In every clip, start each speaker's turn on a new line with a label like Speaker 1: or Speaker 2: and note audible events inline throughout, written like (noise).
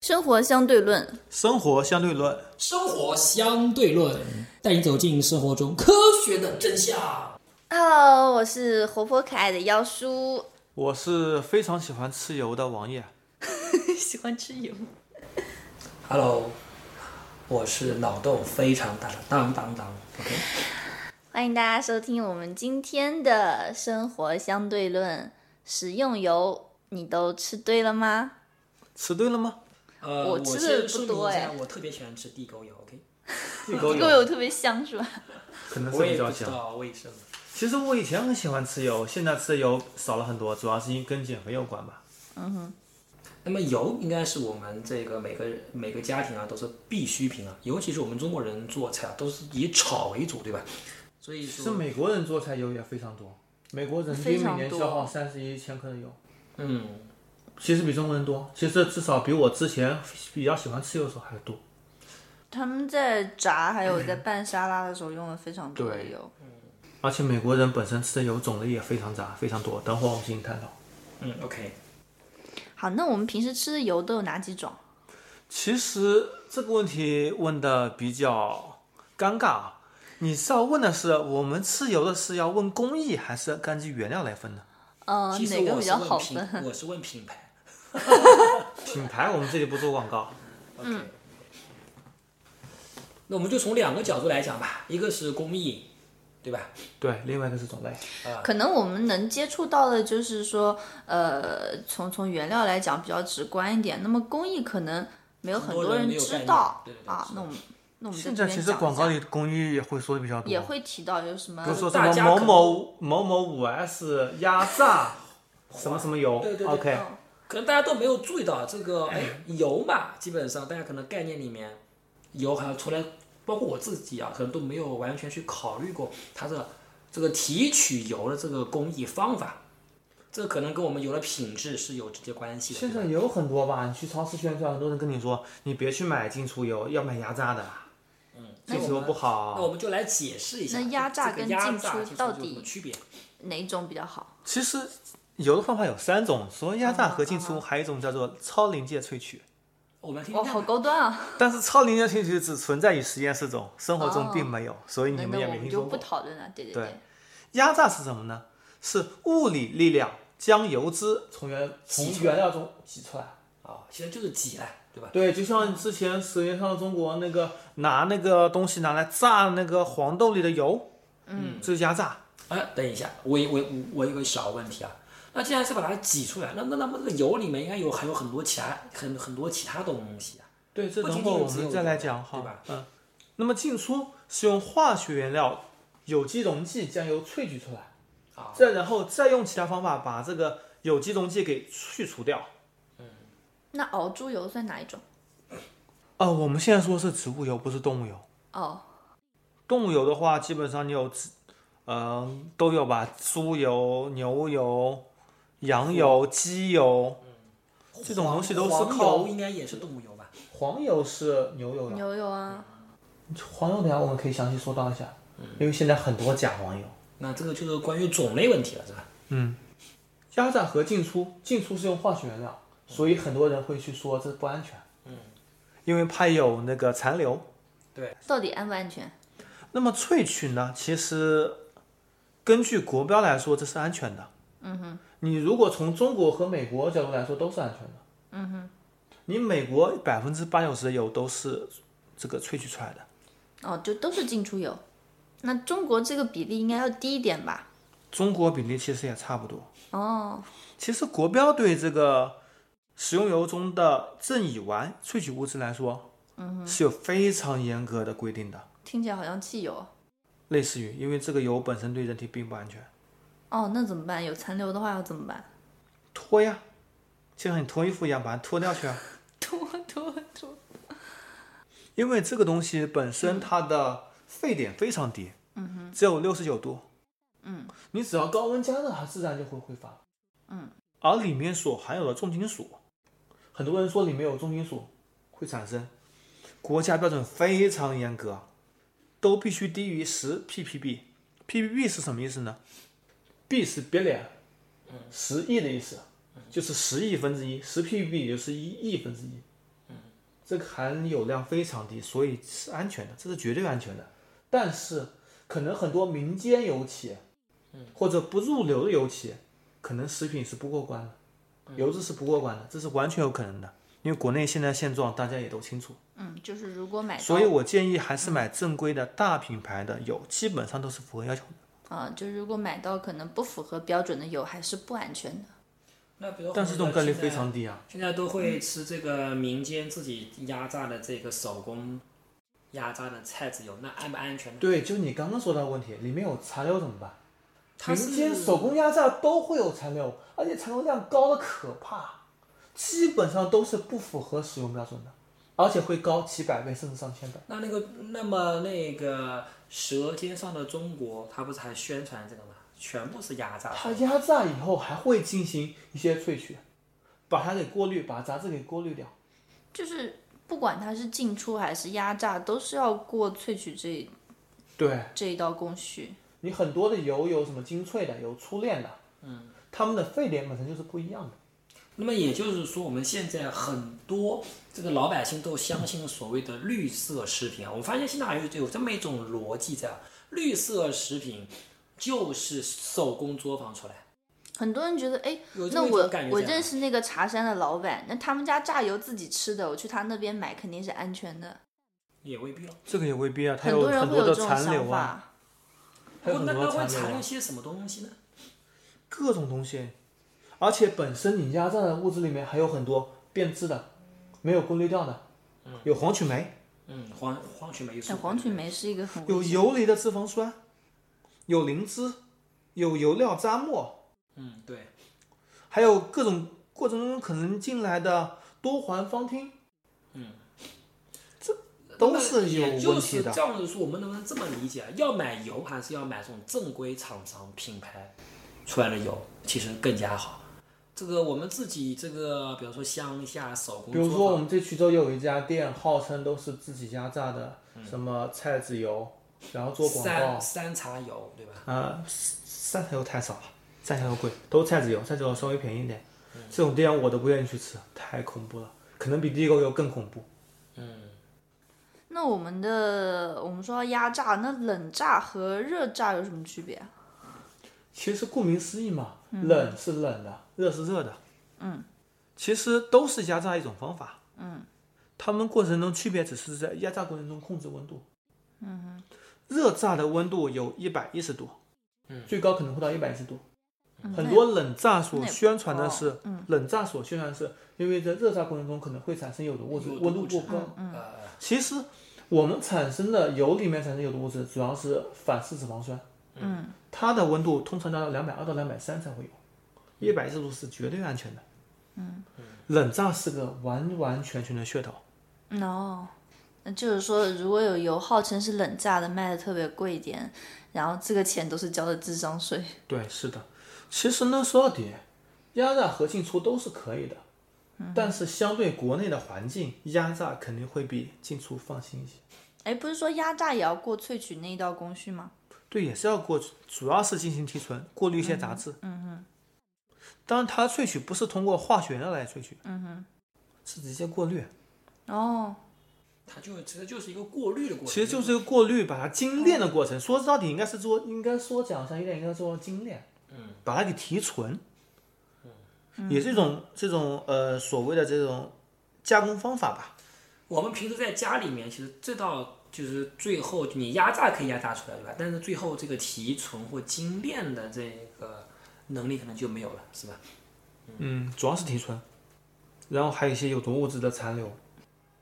Speaker 1: 生活相对论，
Speaker 2: 生活相对论，
Speaker 3: 生活相对论，带你走进生活中科学的真相。
Speaker 1: Hello，我是活泼可爱的妖叔，
Speaker 2: 我是非常喜欢吃油的王爷。
Speaker 1: 喜欢吃油。
Speaker 4: Hello，我是脑洞非常大的当当当。OK，
Speaker 1: 欢迎大家收听我们今天的生活相对论。食用油你都吃对了吗？
Speaker 2: 吃对了吗？
Speaker 4: 呃，
Speaker 1: 我
Speaker 4: 我
Speaker 1: 吃的不
Speaker 4: 先说明
Speaker 1: 多
Speaker 4: 一
Speaker 1: 哎
Speaker 4: 下，我特别喜欢吃地沟油。OK，
Speaker 2: 地
Speaker 1: 地
Speaker 2: 沟
Speaker 1: 沟油特别香是吧？
Speaker 2: 可能
Speaker 4: 我也不知。道为什么。
Speaker 2: 其实我以前很喜欢吃油，现在吃的油少了很多，主要是因跟减肥有关吧。
Speaker 4: 那么油应该是我们这个每个人每个家庭啊都是必需品啊，尤其是我们中国人做菜啊都是以炒为主，对吧？所以
Speaker 2: 是
Speaker 4: 说，
Speaker 2: 美国人做菜油也非常多，美国人
Speaker 1: 非
Speaker 2: 均每
Speaker 1: 常
Speaker 2: 年
Speaker 1: 多
Speaker 2: 消耗三十一千克的油，
Speaker 4: 嗯，
Speaker 2: 其实比中国人多，其实至少比我之前比较喜欢吃油的时候还多。
Speaker 1: (laughs) 他们在炸还有在拌沙拉的时候用了非常多的
Speaker 2: 对
Speaker 1: 油。
Speaker 2: 而且美国人本身吃的油种类也非常杂，非常多。等会儿我们进行探讨。
Speaker 4: 嗯，OK，
Speaker 1: 好，那我们平时吃的油都有哪几种？
Speaker 2: 其实这个问题问的比较尴尬啊，你是要问的是我们吃油的是要问工艺还是根据原料来分呢？
Speaker 1: 呃，
Speaker 4: 其实
Speaker 1: 哪个
Speaker 4: 我
Speaker 1: 比
Speaker 4: 是
Speaker 1: 较
Speaker 4: 问
Speaker 1: 好
Speaker 4: 品
Speaker 1: 分？，
Speaker 4: 我是问品牌。
Speaker 2: 品牌我们这里不做广告，
Speaker 4: OK，、那我们就从两个角度来讲吧，一个是工艺，对吧？
Speaker 2: 对，另外一个是种类。
Speaker 1: 可能我们能接触到的就是说，呃，从从原料来讲比较直观一点。那么工艺可能没有很
Speaker 4: 很多人
Speaker 1: 人
Speaker 4: 没有概
Speaker 1: 知
Speaker 4: 念
Speaker 1: 道
Speaker 4: 对对对
Speaker 1: 啊
Speaker 4: 是。的
Speaker 1: 那我们那我们在
Speaker 2: 现
Speaker 1: 这
Speaker 2: 在
Speaker 1: 边
Speaker 2: 其
Speaker 1: 讲
Speaker 2: 实
Speaker 1: 一
Speaker 2: 广告
Speaker 1: 下
Speaker 2: 里工艺也会说的比较多，
Speaker 1: 也会提到有什么
Speaker 2: 比如说什
Speaker 4: 大
Speaker 2: 么
Speaker 4: 家
Speaker 2: 某
Speaker 4: 可能
Speaker 2: 某某某五 S 压榨什么什么油
Speaker 4: 对对对
Speaker 2: ，OK，
Speaker 1: 嗯
Speaker 4: 可能大家都没有注意到这个，哎，油嘛，基本上大家可能概念里面，油好像从来，包括我自己啊，可能都没有完全去考虑过它的这个提取油的这个工艺方法，这可能跟我们油的品质是有直接关系的。
Speaker 2: 现
Speaker 4: 对
Speaker 2: 在
Speaker 4: 吧
Speaker 2: 也有很多吧，你去超市宣传，很多人跟你说你别去买进出油，要买压榨的，嗯，进出油不
Speaker 4: 那我
Speaker 2: 好。
Speaker 4: 们就来解释一下，
Speaker 1: 那压榨
Speaker 4: 这个
Speaker 1: 跟
Speaker 4: 压
Speaker 1: 进
Speaker 4: 榨
Speaker 1: 出
Speaker 4: 其实
Speaker 1: 到
Speaker 4: 有什么
Speaker 1: 底
Speaker 4: 区别？
Speaker 1: 哪一种比较好？
Speaker 2: 其实油的方法有三种，除了压
Speaker 1: 嗯
Speaker 2: 榨和进出，还有一种叫做超临界萃取。
Speaker 4: 我们来听
Speaker 1: 哇，
Speaker 4: 听看
Speaker 1: 好高端啊！
Speaker 2: 但是超临界萃取只存在于实验室中，生活中并没有，所以
Speaker 1: 哦那那
Speaker 2: 你们也
Speaker 1: 我
Speaker 2: 没
Speaker 1: 们
Speaker 2: 听
Speaker 1: 就
Speaker 2: 说
Speaker 1: 不
Speaker 2: 过。
Speaker 1: 讨论了。对对
Speaker 2: 对
Speaker 1: 对，
Speaker 2: 压榨是什么呢？是物理力量将油脂从原从原料中挤出来。
Speaker 4: 啊，其实就是挤啊，对吧？
Speaker 2: 对，就像之前《舌尖上的中国》那个拿那个东西拿来榨那个黄豆里的油，嗯，这是压榨。
Speaker 4: 哎，等一下，我我我有个小问题啊。那既然是把它挤出来，那那那么这个油里面应该有还有很多其他很很多其他东西啊。
Speaker 2: 对，这
Speaker 4: 不
Speaker 2: 等
Speaker 4: 仅
Speaker 2: 会儿
Speaker 4: 仅
Speaker 2: 我
Speaker 4: 只
Speaker 2: 们
Speaker 4: 有
Speaker 2: 再
Speaker 4: 油
Speaker 2: 来讲
Speaker 4: 对
Speaker 2: 哈
Speaker 4: 吧。
Speaker 2: 嗯，那么进出是用化学原料有机溶剂将油萃取出来，
Speaker 4: 啊
Speaker 2: 再然后再用其他方法把这个有机溶剂给去除掉。
Speaker 1: 那熬猪油算哪一种？
Speaker 2: 呃，我们现在说的是植物油，不是动物油。
Speaker 1: 哦，
Speaker 2: 动物油的话，基本上你有植，呃，都有吧，猪油、牛油、羊油、鸡油，这种东西都是
Speaker 4: 黄
Speaker 2: 靠
Speaker 4: 油应该也是动物油吧？
Speaker 2: 黄油是牛油的，
Speaker 1: 牛油啊，
Speaker 2: 黄油等下我们可以详细说到一下，因为现在很多假黄油。
Speaker 4: 那这个就是关于种类问题了，是吧？
Speaker 2: 压榨和进出，进出是用化学原料，所以很多人会去说这不安全。嗯，因为怕有那个残留。
Speaker 1: 到底安不安全？
Speaker 2: 那么萃取呢，其实根据国标来说，这是安全的。嗯哼，你如果从中国和美国角度来说，都是安全的。嗯哼，你美国百分之八九十的油都是这个萃取出来的，
Speaker 1: 哦，就都是进出油。那中国这个比例应该要低一点吧？
Speaker 2: 中国比例其实也差不多。
Speaker 1: 哦，
Speaker 2: 其实国标对这个食用油中的正乙烷萃取物质来说，嗯，是有非常严格的规定的，
Speaker 1: 听起来好像汽油。
Speaker 2: 类似于因为这个油本身对人体并不安全，
Speaker 1: 哦，那怎么办？有残留的话要怎么办？
Speaker 2: 脱呀，就像你脱衣服一样，把它 (laughs) 脱掉去啊。
Speaker 1: 脱脱脱！
Speaker 2: 因为这个东西本身它的沸点非常低，嗯哼，只有六十九度，嗯，你只要高温加热，它自然就会挥发，嗯，而里面所含有的重金属，很多人说里面有重金属会产生，国家标准非常严格，都必须低于十 ppb，ppb 是什么意思呢？b 是 billion，十亿的意思，就是十亿分之一，十 ppb 也就是一亿分之一，这个含油量非常低，所以是安全的，这是绝对安全的。但是可能很多民间油企，或者不入流的油企，可能食品是不过关的，油脂是不过关的，这是完全有可能的。因为国内现在现状大家也都清楚，
Speaker 1: 嗯，就是如果买到，
Speaker 2: 所以我建议还是买正规的大品牌的油，基本上都是符合要求的。
Speaker 1: 啊，就是如果买到可能不符合标准的油，还是不安全的。
Speaker 4: 那比如
Speaker 2: 但是这种概率非常低啊。
Speaker 4: 现在都会吃这个民间自己压榨的这个手工压榨的菜籽油，那安不安全呢？
Speaker 2: 对，就你刚刚说到的问题，里面有残留怎么办？
Speaker 4: 它
Speaker 2: 民
Speaker 4: 是
Speaker 2: 间手工压榨都会有残留，而且残留量高的可怕，基本上都是不符合使用标准的，而且会高几百倍甚至上千倍。
Speaker 4: 那那个那么那个《舌尖上的中国》，它不是还宣传这个吗？全部是压榨
Speaker 2: 它
Speaker 4: 的，
Speaker 2: 压榨以后还会进行一些萃取，把它给过滤，把杂质给过滤掉。
Speaker 1: 就是不管它是进出还是压榨，都是要过萃取这
Speaker 2: 对
Speaker 1: 这一道工序。
Speaker 2: 你很多的油有什么精粹的，有粗炼的，嗯，它们的沸点本身就是不一样的。
Speaker 4: 那么也就是说，我们现在很多这个老百姓都相信所谓的绿色食品啊。我发现现在还有有这么一种逻辑在啊，绿色食品就是手工作坊出来，
Speaker 1: 很多人觉得，哎，
Speaker 4: 有这
Speaker 1: 那
Speaker 4: 么一
Speaker 1: 我
Speaker 4: 种感觉
Speaker 1: 我
Speaker 4: 在啊
Speaker 1: 认识那个茶山的老板，那他们家榨油自己吃的，我去他那边买肯定是安全的。
Speaker 4: 也未必了。
Speaker 2: 这个也未必啊，它
Speaker 1: 很多人会有
Speaker 2: 的
Speaker 1: 这种
Speaker 2: 残
Speaker 1: 想
Speaker 2: 留
Speaker 1: 法。
Speaker 2: 啊，还
Speaker 4: 不
Speaker 2: 有
Speaker 4: 过
Speaker 2: 很
Speaker 4: 那
Speaker 2: 多残
Speaker 4: 那会
Speaker 2: 留
Speaker 4: 残
Speaker 2: 啊
Speaker 4: 留，些什么东西呢？
Speaker 2: 各种东西，而且本身你压榨的物质里面还有很多变质的，没有过滤掉的，有黄曲霉，
Speaker 4: 嗯，黄黄曲霉素
Speaker 1: 哎，黄曲霉是一个很
Speaker 2: 有
Speaker 1: 危险
Speaker 2: 游离的脂肪酸，有灵芝，有油料渣末，
Speaker 4: 嗯，对，
Speaker 2: 还有各种过程中可能进来的多环芳烃，
Speaker 4: 嗯，
Speaker 2: 这都是有
Speaker 4: 也就
Speaker 2: 问题
Speaker 4: 是
Speaker 2: 的
Speaker 4: 这。样子说，我们能不能这么理解啊？要买油还是要买这种正规厂商品牌出来的油，其实更加好。这个我们自己这个，比如说乡下手工
Speaker 2: 比
Speaker 4: 作坊，
Speaker 2: 如说我们这衢州有一家店，号称都是自己压榨的，
Speaker 4: 嗯
Speaker 2: 什么菜籽油，然后做广告
Speaker 4: 山，山茶油，对吧？
Speaker 2: 啊，三条油太少了，三条油贵，都是菜籽油，菜籽油稍微便宜一点。这种店我都不愿意去吃，太恐怖了，可能比地沟油更恐怖。
Speaker 1: 那我们的我们说到压榨，那冷榨和热榨有什么区别啊？
Speaker 2: 其实顾名思义嘛，冷是冷的，热是热的。嗯，其实都是压榨一种方法。嗯，他们过程中区别只是在压榨过程中控制温度。嗯热榨的温度有一百一十度，
Speaker 4: 嗯
Speaker 2: 最高可能会到一百一十度。
Speaker 1: 嗯
Speaker 2: 很
Speaker 1: 那
Speaker 2: 多冷
Speaker 1: 那
Speaker 2: 榨
Speaker 1: 嗯
Speaker 2: 所
Speaker 1: 也不哦
Speaker 2: 宣传的
Speaker 1: 高
Speaker 2: 是，冷榨所宣传是因为在热榨过程中可能会产生有毒物质，
Speaker 4: 有毒
Speaker 2: 温度
Speaker 4: 物质
Speaker 2: 过高。
Speaker 4: 呃，
Speaker 2: 其实我们产生的油里面产生有毒物质主要是反式脂肪酸，
Speaker 1: 嗯，
Speaker 2: 它的温度通常达到两百二到两百三才会有，一百一十度是绝对安全的。嗯，冷榨是个完完全全的噱头。
Speaker 1: 嗯哦，那就是说，如果有油号称是冷榨的，卖的特别贵一点，然后这个钱都是交的智商税。
Speaker 2: 对，是的。其实呢，说到底，压榨和进出都是可以的，但是相对国内的环境，压榨肯定会比进出放心一些。
Speaker 1: 哎，不是说压榨也要过萃取那一道工序吗？
Speaker 2: 对，也是要过，主要是进行提纯，过滤一些杂质。嗯当然，它萃取不是通过化学原料来萃取，嗯是直接过滤，
Speaker 1: 哦，
Speaker 4: 它就其实就是一个过滤的过程，
Speaker 2: 其实就是一个过滤，把它精炼的过程。说到底，应该是做，应该说讲像有点应该做精炼，嗯，把它给提纯，嗯，也是一种这种呃所谓的这种加工方法吧。
Speaker 4: 我们平时在家里面，其实这道就是最后你压榨可以压榨出来，对吧？但是最后这个提纯或精炼的这个能力可能就没有了，是吧？
Speaker 2: 嗯，主要是提纯，然后还有一些有毒物质的残留。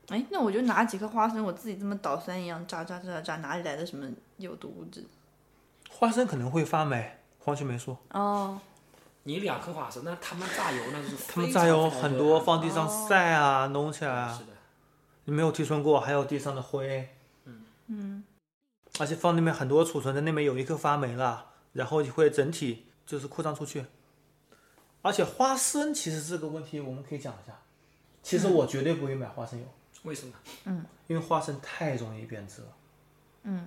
Speaker 1: 哎，那我就拿几颗花生，我自己这么捣蒜一样榨榨榨榨榨，哪里来的什么有毒物质？
Speaker 2: 花生可能会发霉，黄曲霉素。
Speaker 1: 哦，
Speaker 4: 你两颗花生，那他们榨油那
Speaker 2: (laughs)
Speaker 4: 就是
Speaker 2: 他们
Speaker 4: 非常啊
Speaker 2: 榨油
Speaker 4: 非常
Speaker 2: 很多，
Speaker 4: 的哦
Speaker 2: 放地上晒啊，弄起来啊
Speaker 4: 是。的，
Speaker 2: 你没有提纯过，还有地上的灰。嗯嗯。而且放那边很多储存在那边有一颗发霉了，然后就会整体就是扩张出去。而且花生其实这个问题我们可以讲一下。其
Speaker 4: 嗯
Speaker 2: 实我绝对不会买花生油，
Speaker 4: 为什么？
Speaker 2: 因为花生太容易变质了。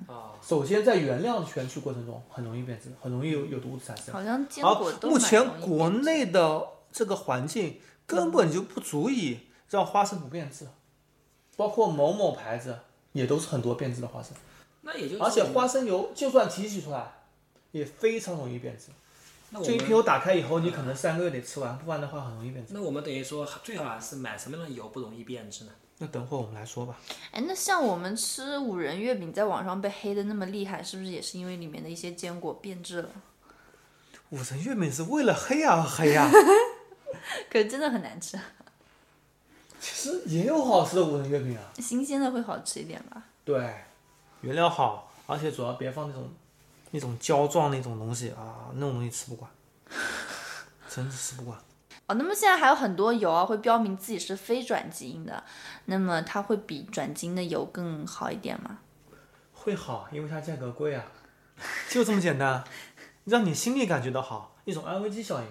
Speaker 4: 啊，
Speaker 2: 首先在原料选取过程中很容易变质，很容易有有毒物质产生。
Speaker 1: 好像坚
Speaker 2: 好
Speaker 1: 果，都
Speaker 2: 目
Speaker 1: 蛮
Speaker 2: 前
Speaker 1: 容易
Speaker 2: 国内的这个环境根本就不足以让花生不变质，包括某某牌子，也都是很多变质的花生。
Speaker 1: 嗯
Speaker 4: 那也就是
Speaker 2: 而且花生油就算提取出来，也非常容易变质。
Speaker 4: 那我
Speaker 2: 这一瓶
Speaker 4: 们
Speaker 2: 油打开以后，你可能三个月得吃完，不然的话很容易变质。
Speaker 4: 那我们等于说最好还是买什么样的油不容易变质呢？
Speaker 2: 那等会儿我们来说吧。
Speaker 1: 哎，那像我们吃五仁月饼，在网上被黑的那么厉害，是不是也是因为里面的一些坚果变质了？ (laughs)
Speaker 2: 五神月饼是为了黑而黑啊，
Speaker 1: 可是真的很难吃，
Speaker 2: (laughs) 其实也有好吃的五神月饼啊。
Speaker 1: 新鲜的会好吃一点吧？
Speaker 2: 对，原料好，而且主要别放那种那种胶状那种东西啊，那种东西吃不惯， (laughs) 真的吃不惯。
Speaker 1: 哦，那么现在还有很多油啊，会标明自己是非转基因的，那么它会比转基因的油更好一点吗？
Speaker 2: 会好，因为它价格贵啊，就这么简单，让你心里感觉到好，一种安慰剂效应。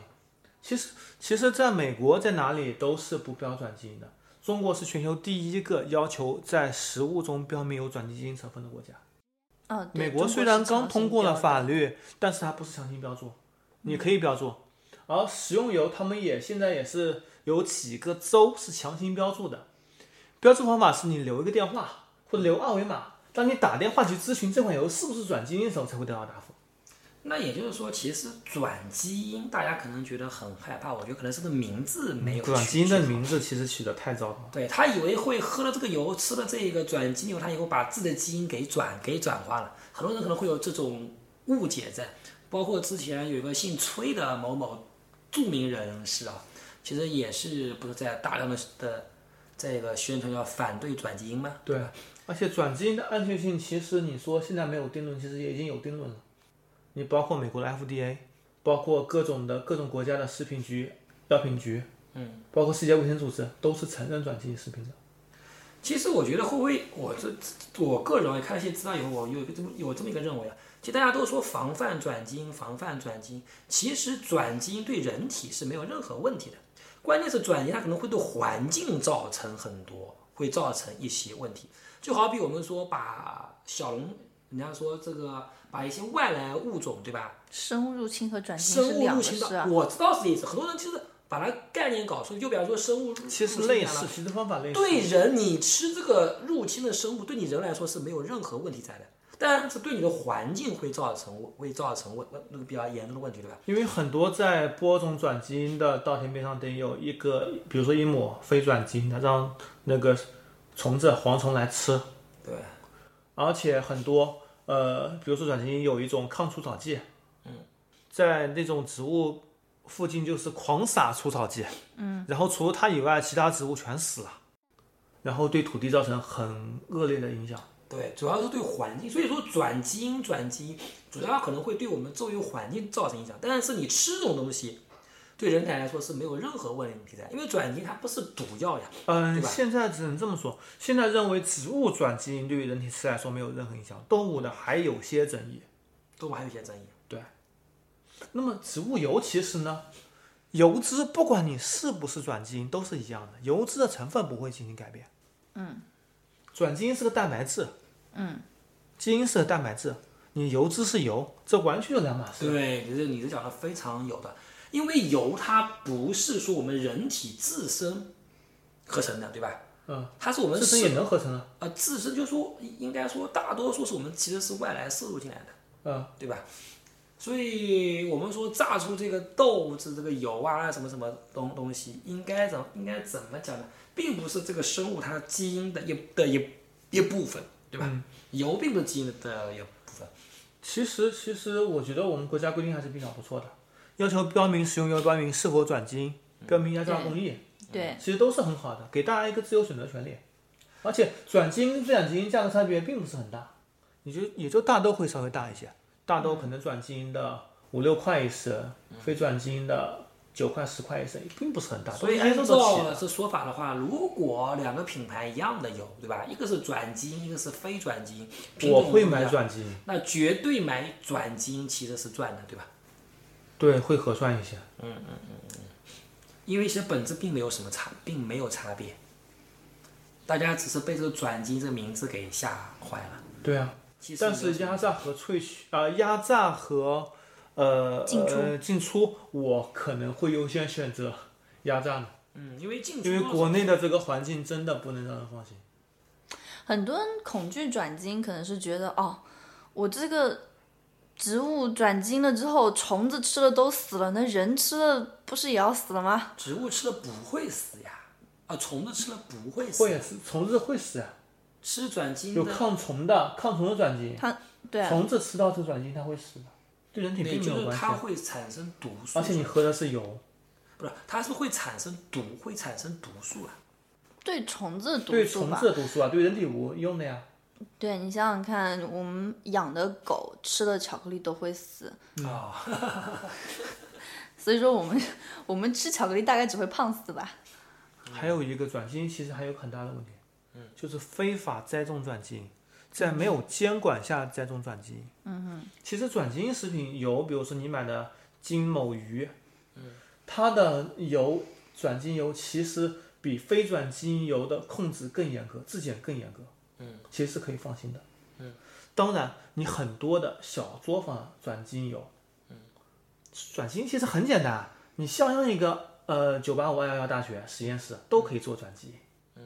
Speaker 2: 其实，其实在美国在哪里都是不标转基因的，中国是全球第一个要求在食物中标明有转基因成分的国家。
Speaker 1: 哦，对
Speaker 2: 美国
Speaker 1: 中
Speaker 2: 虽然
Speaker 1: 是
Speaker 2: 刚
Speaker 1: 强
Speaker 2: 通
Speaker 1: 行
Speaker 2: 过了
Speaker 1: 标的
Speaker 2: 法律，但是它不是强行标注，你可以标注。而食用油，他们也现在也是有几个州是强行标注的。标注方法是你留一个电话或者留二维码，当你打电话去咨询这款油是不是转基因的时候，才会得到答复。
Speaker 4: 那也就是说，其实转基因大家可能觉得很害怕，我觉得可能是个名字没有
Speaker 2: 转
Speaker 4: 取
Speaker 2: 基因的
Speaker 4: 取好
Speaker 2: 名字其实取得太糟糕了。
Speaker 4: 对他以为会喝了这个油，吃了这个转基因油，他以后把自己的基因给转给转化了。很多人可能会有这种误解在，包括之前有一个姓崔的某某著名人士啊，其实也是不是在大量的的这个宣传要反对转基因吗？
Speaker 2: 对，而且转基因的安全性，其实你说现在没有定论，其实也已经有定论了。你包括美国的 FDA，包括各种的各种国家的食品局、药品局，嗯，包括世界卫生组织，都是承认转基因食品的。
Speaker 4: 其实我觉得会不会，我这我个人看了一些资料以后，我有一个这么有这么一个认为啊，其实大家都说防范转基因，防范转基因，其实转基因对人体是没有任何问题的，关键是转基因它可能会对环境造成很多，会造成一些问题，就好比我们说把小龙，人家说这个把一些外来物种，对吧？
Speaker 1: 生物入侵和转基因
Speaker 4: 生
Speaker 1: 是
Speaker 4: 物
Speaker 1: 两
Speaker 4: 入
Speaker 1: 个
Speaker 4: 侵
Speaker 1: 事
Speaker 4: 的，
Speaker 1: 啊。
Speaker 4: 我知道是这意思，很多人其实把它概念搞错，就比方说生物入
Speaker 2: 其实
Speaker 4: 入侵
Speaker 2: 类
Speaker 4: 啊
Speaker 2: 似，其实方法类似。
Speaker 4: 对人，你吃这个入侵的生物，对你人来说是没有任何问题在的，但是对你的环境会造成会造成问问那个比较严重的问题，对吧？
Speaker 2: 因为很多在播种转基因的稻田边上得有一个，比如说一亩非转基因的，让那个虫子、蝗虫来吃。
Speaker 4: 对，
Speaker 2: 而且很多呃，比如说转基因有一种抗除草剂，嗯，在那种植物附近就是狂撒除草剂，嗯，然后除了它以外，其他植物全死了，然后对土地造成很恶劣的影响。
Speaker 4: 对，主要是对环境，所以说转基因转基因，主要可能会对我们周围环境造成影响，但是你吃这种东西。对人体来说是没有任何问题的，因为转基因它不是毒药呀，
Speaker 2: 嗯，
Speaker 4: 对吧
Speaker 2: 现在只能这么说，现在认为植物转基因对于人体吃来说没有任何影响，动物的还有些争议。
Speaker 4: 都还有一些争议。
Speaker 2: 那么植物油其实呢，油脂不管你是不是转基因都是一样的，油脂的成分不会进行改变。嗯，转基因是个蛋白质，嗯，基因是个蛋白质，你油脂是油，这完全就两码事。
Speaker 4: 对，就是你这讲的非常有的，因为油它不是说我们人体自身合成的，对吧？
Speaker 2: 嗯，
Speaker 4: 它是我们
Speaker 2: 自身也能合成啊，
Speaker 4: 啊、自身就说应该说大多数是我们其实是外来摄入进来的，
Speaker 2: 嗯，
Speaker 4: 对吧？所以我们说榨出这个豆子这个油啊什么什么东东西，应该怎么应该怎么讲呢？并不是这个生物它基因的一的一一部分，对吧？
Speaker 2: 嗯
Speaker 4: 油并不是基因的一部分。
Speaker 2: 其实其实我觉得我们国家规定还是比较不错的，要求标明食用油标明是否转基因，
Speaker 4: 嗯
Speaker 2: 标明压榨工艺，
Speaker 1: 对，
Speaker 2: 其实都是很好的，给大家一个自由选择权利。而且转基因跟非转基因价格差别并不是很大，也就也就大豆会稍微大一些，大豆可能转基因的五六块一升，
Speaker 4: 嗯
Speaker 2: 非转基因的九块十块一升，并不是很大，
Speaker 4: 所以
Speaker 2: 都是
Speaker 4: 按
Speaker 2: 接
Speaker 4: 照
Speaker 2: 受得起的。
Speaker 4: 这说法的话，如果两个品牌一样的油，对吧？一个是转基因，一个是非转基因，品种
Speaker 2: 我会
Speaker 4: 不一样
Speaker 2: 买，转基因，
Speaker 4: 那绝对买转基因其实是赚的，对吧？
Speaker 2: 对，会核算一些。
Speaker 4: 因为其实本质并没有什么差，并没有差别，大家只是被这个转基因这个名字给吓坏了。
Speaker 2: 对啊，
Speaker 4: 其实
Speaker 2: 但
Speaker 4: 没
Speaker 2: 是
Speaker 4: 有什么
Speaker 2: 压榨和萃取，呃，压榨和呃
Speaker 1: 进出
Speaker 2: 呃进出，我可能会优先选择压榨的，
Speaker 4: 嗯，因为进出
Speaker 2: 因为
Speaker 4: 口
Speaker 2: 国内的这个环境真的不能让人放心。
Speaker 1: 很多人恐惧转基因，可能是觉得哦，我这个植物转基因了之后，虫子吃了都死了，那人吃了不是也要死了吗？
Speaker 4: 植物吃了不会死呀，啊，虫子吃了不会死，
Speaker 2: 会啊，虫子会死啊，
Speaker 4: 吃转基因
Speaker 2: 有
Speaker 4: 的
Speaker 2: 抗虫的，抗虫的转基因。
Speaker 1: 它对啊，
Speaker 2: 虫子吃到这转基因，它会死的，对人体
Speaker 4: 也
Speaker 2: 并没
Speaker 4: 就
Speaker 2: 有
Speaker 4: 是
Speaker 2: 关系
Speaker 4: 它
Speaker 2: 啊。
Speaker 4: 会产生毒素，
Speaker 2: 而且你喝的是油，
Speaker 4: 不是它是会产生毒，会产生毒素啊。
Speaker 1: 对虫子的毒
Speaker 2: 对
Speaker 1: 素
Speaker 2: 虫
Speaker 1: 吧
Speaker 2: 子。的毒素啊，对人体无用的呀。
Speaker 1: 对你想想看，我们养的狗吃了巧克力都会死，
Speaker 2: 嗯
Speaker 4: 啊、
Speaker 1: (laughs) 所以说我们我们吃巧克力大概只会胖死吧。
Speaker 2: 还有一个转基因，其实还有很大的问题，嗯，就是非法栽种转基因，在没有监管下栽种转基因，嗯其实转基因食品有，比如说你买的金某鱼，嗯，它的油转基因油其实比非转基因油的控制更严格，质检更严格，嗯，其实是可以放心的，嗯，当然你很多的小作坊转基因油，嗯，转基因其实很简单啊，你效用一个呃，九八五二幺幺大学实验室都可以做转基因。嗯，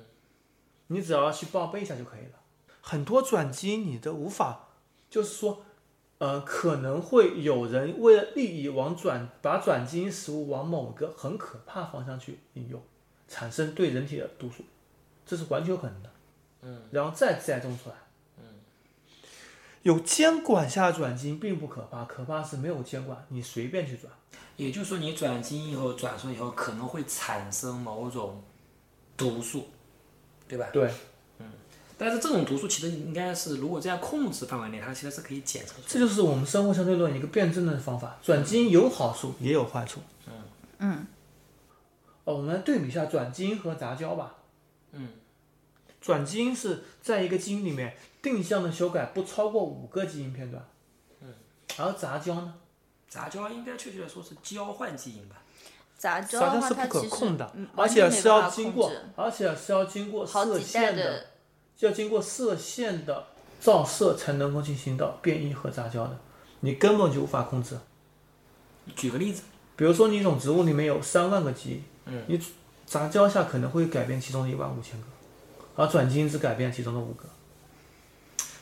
Speaker 2: 你只要去报备一下就可以了。很多转基因你都无法，就是说，呃，可能会有人为了利益往转把转基因食物往某个很可怕方向去引诱，产生对人体的毒素，这是完全有可能的。嗯，然后再栽种出来。嗯，有监管下的转基因并不可怕，可怕是没有监管，你随便去转。
Speaker 4: 也就是说你转基因以后，转出以后可能会产生某种毒素，对吧？嗯
Speaker 2: 对。
Speaker 4: 但是这种毒素其实应该是，如果在控制范围内，它其实是可以检测出来的。
Speaker 2: 这就是我们生活相对论一个辩证的方法。转基因有好处，也有坏处。嗯嗯。哦，我们来对比一下转基因和杂交吧。嗯。转基因是在一个基因里面定向的修改不超过五个基因片段。嗯。而杂交呢？
Speaker 4: 杂交应该确切的说是交换基因吧？
Speaker 1: 杂交
Speaker 2: 杂
Speaker 1: 的
Speaker 2: 交
Speaker 1: 话，
Speaker 2: 是
Speaker 1: 它
Speaker 2: 不可
Speaker 1: 其实
Speaker 2: 控的
Speaker 1: 嗯，
Speaker 2: 而
Speaker 1: 完
Speaker 2: 且
Speaker 1: 全
Speaker 2: 是
Speaker 1: 没
Speaker 2: 要
Speaker 1: 办法
Speaker 2: 经
Speaker 1: 控
Speaker 2: 过
Speaker 1: 制，
Speaker 2: 而且是要经过
Speaker 1: 好
Speaker 2: 射
Speaker 1: 几代
Speaker 2: 线的，
Speaker 1: 的
Speaker 2: 要经过射线的照射才能够进行到变异和杂交的，你根本就无法控制。
Speaker 4: 举个例子，
Speaker 2: 比如说你一种植物里面有三万个基因，嗯，你杂交下可能会改变其中的一万五千个，而转基因只改变其中的五个。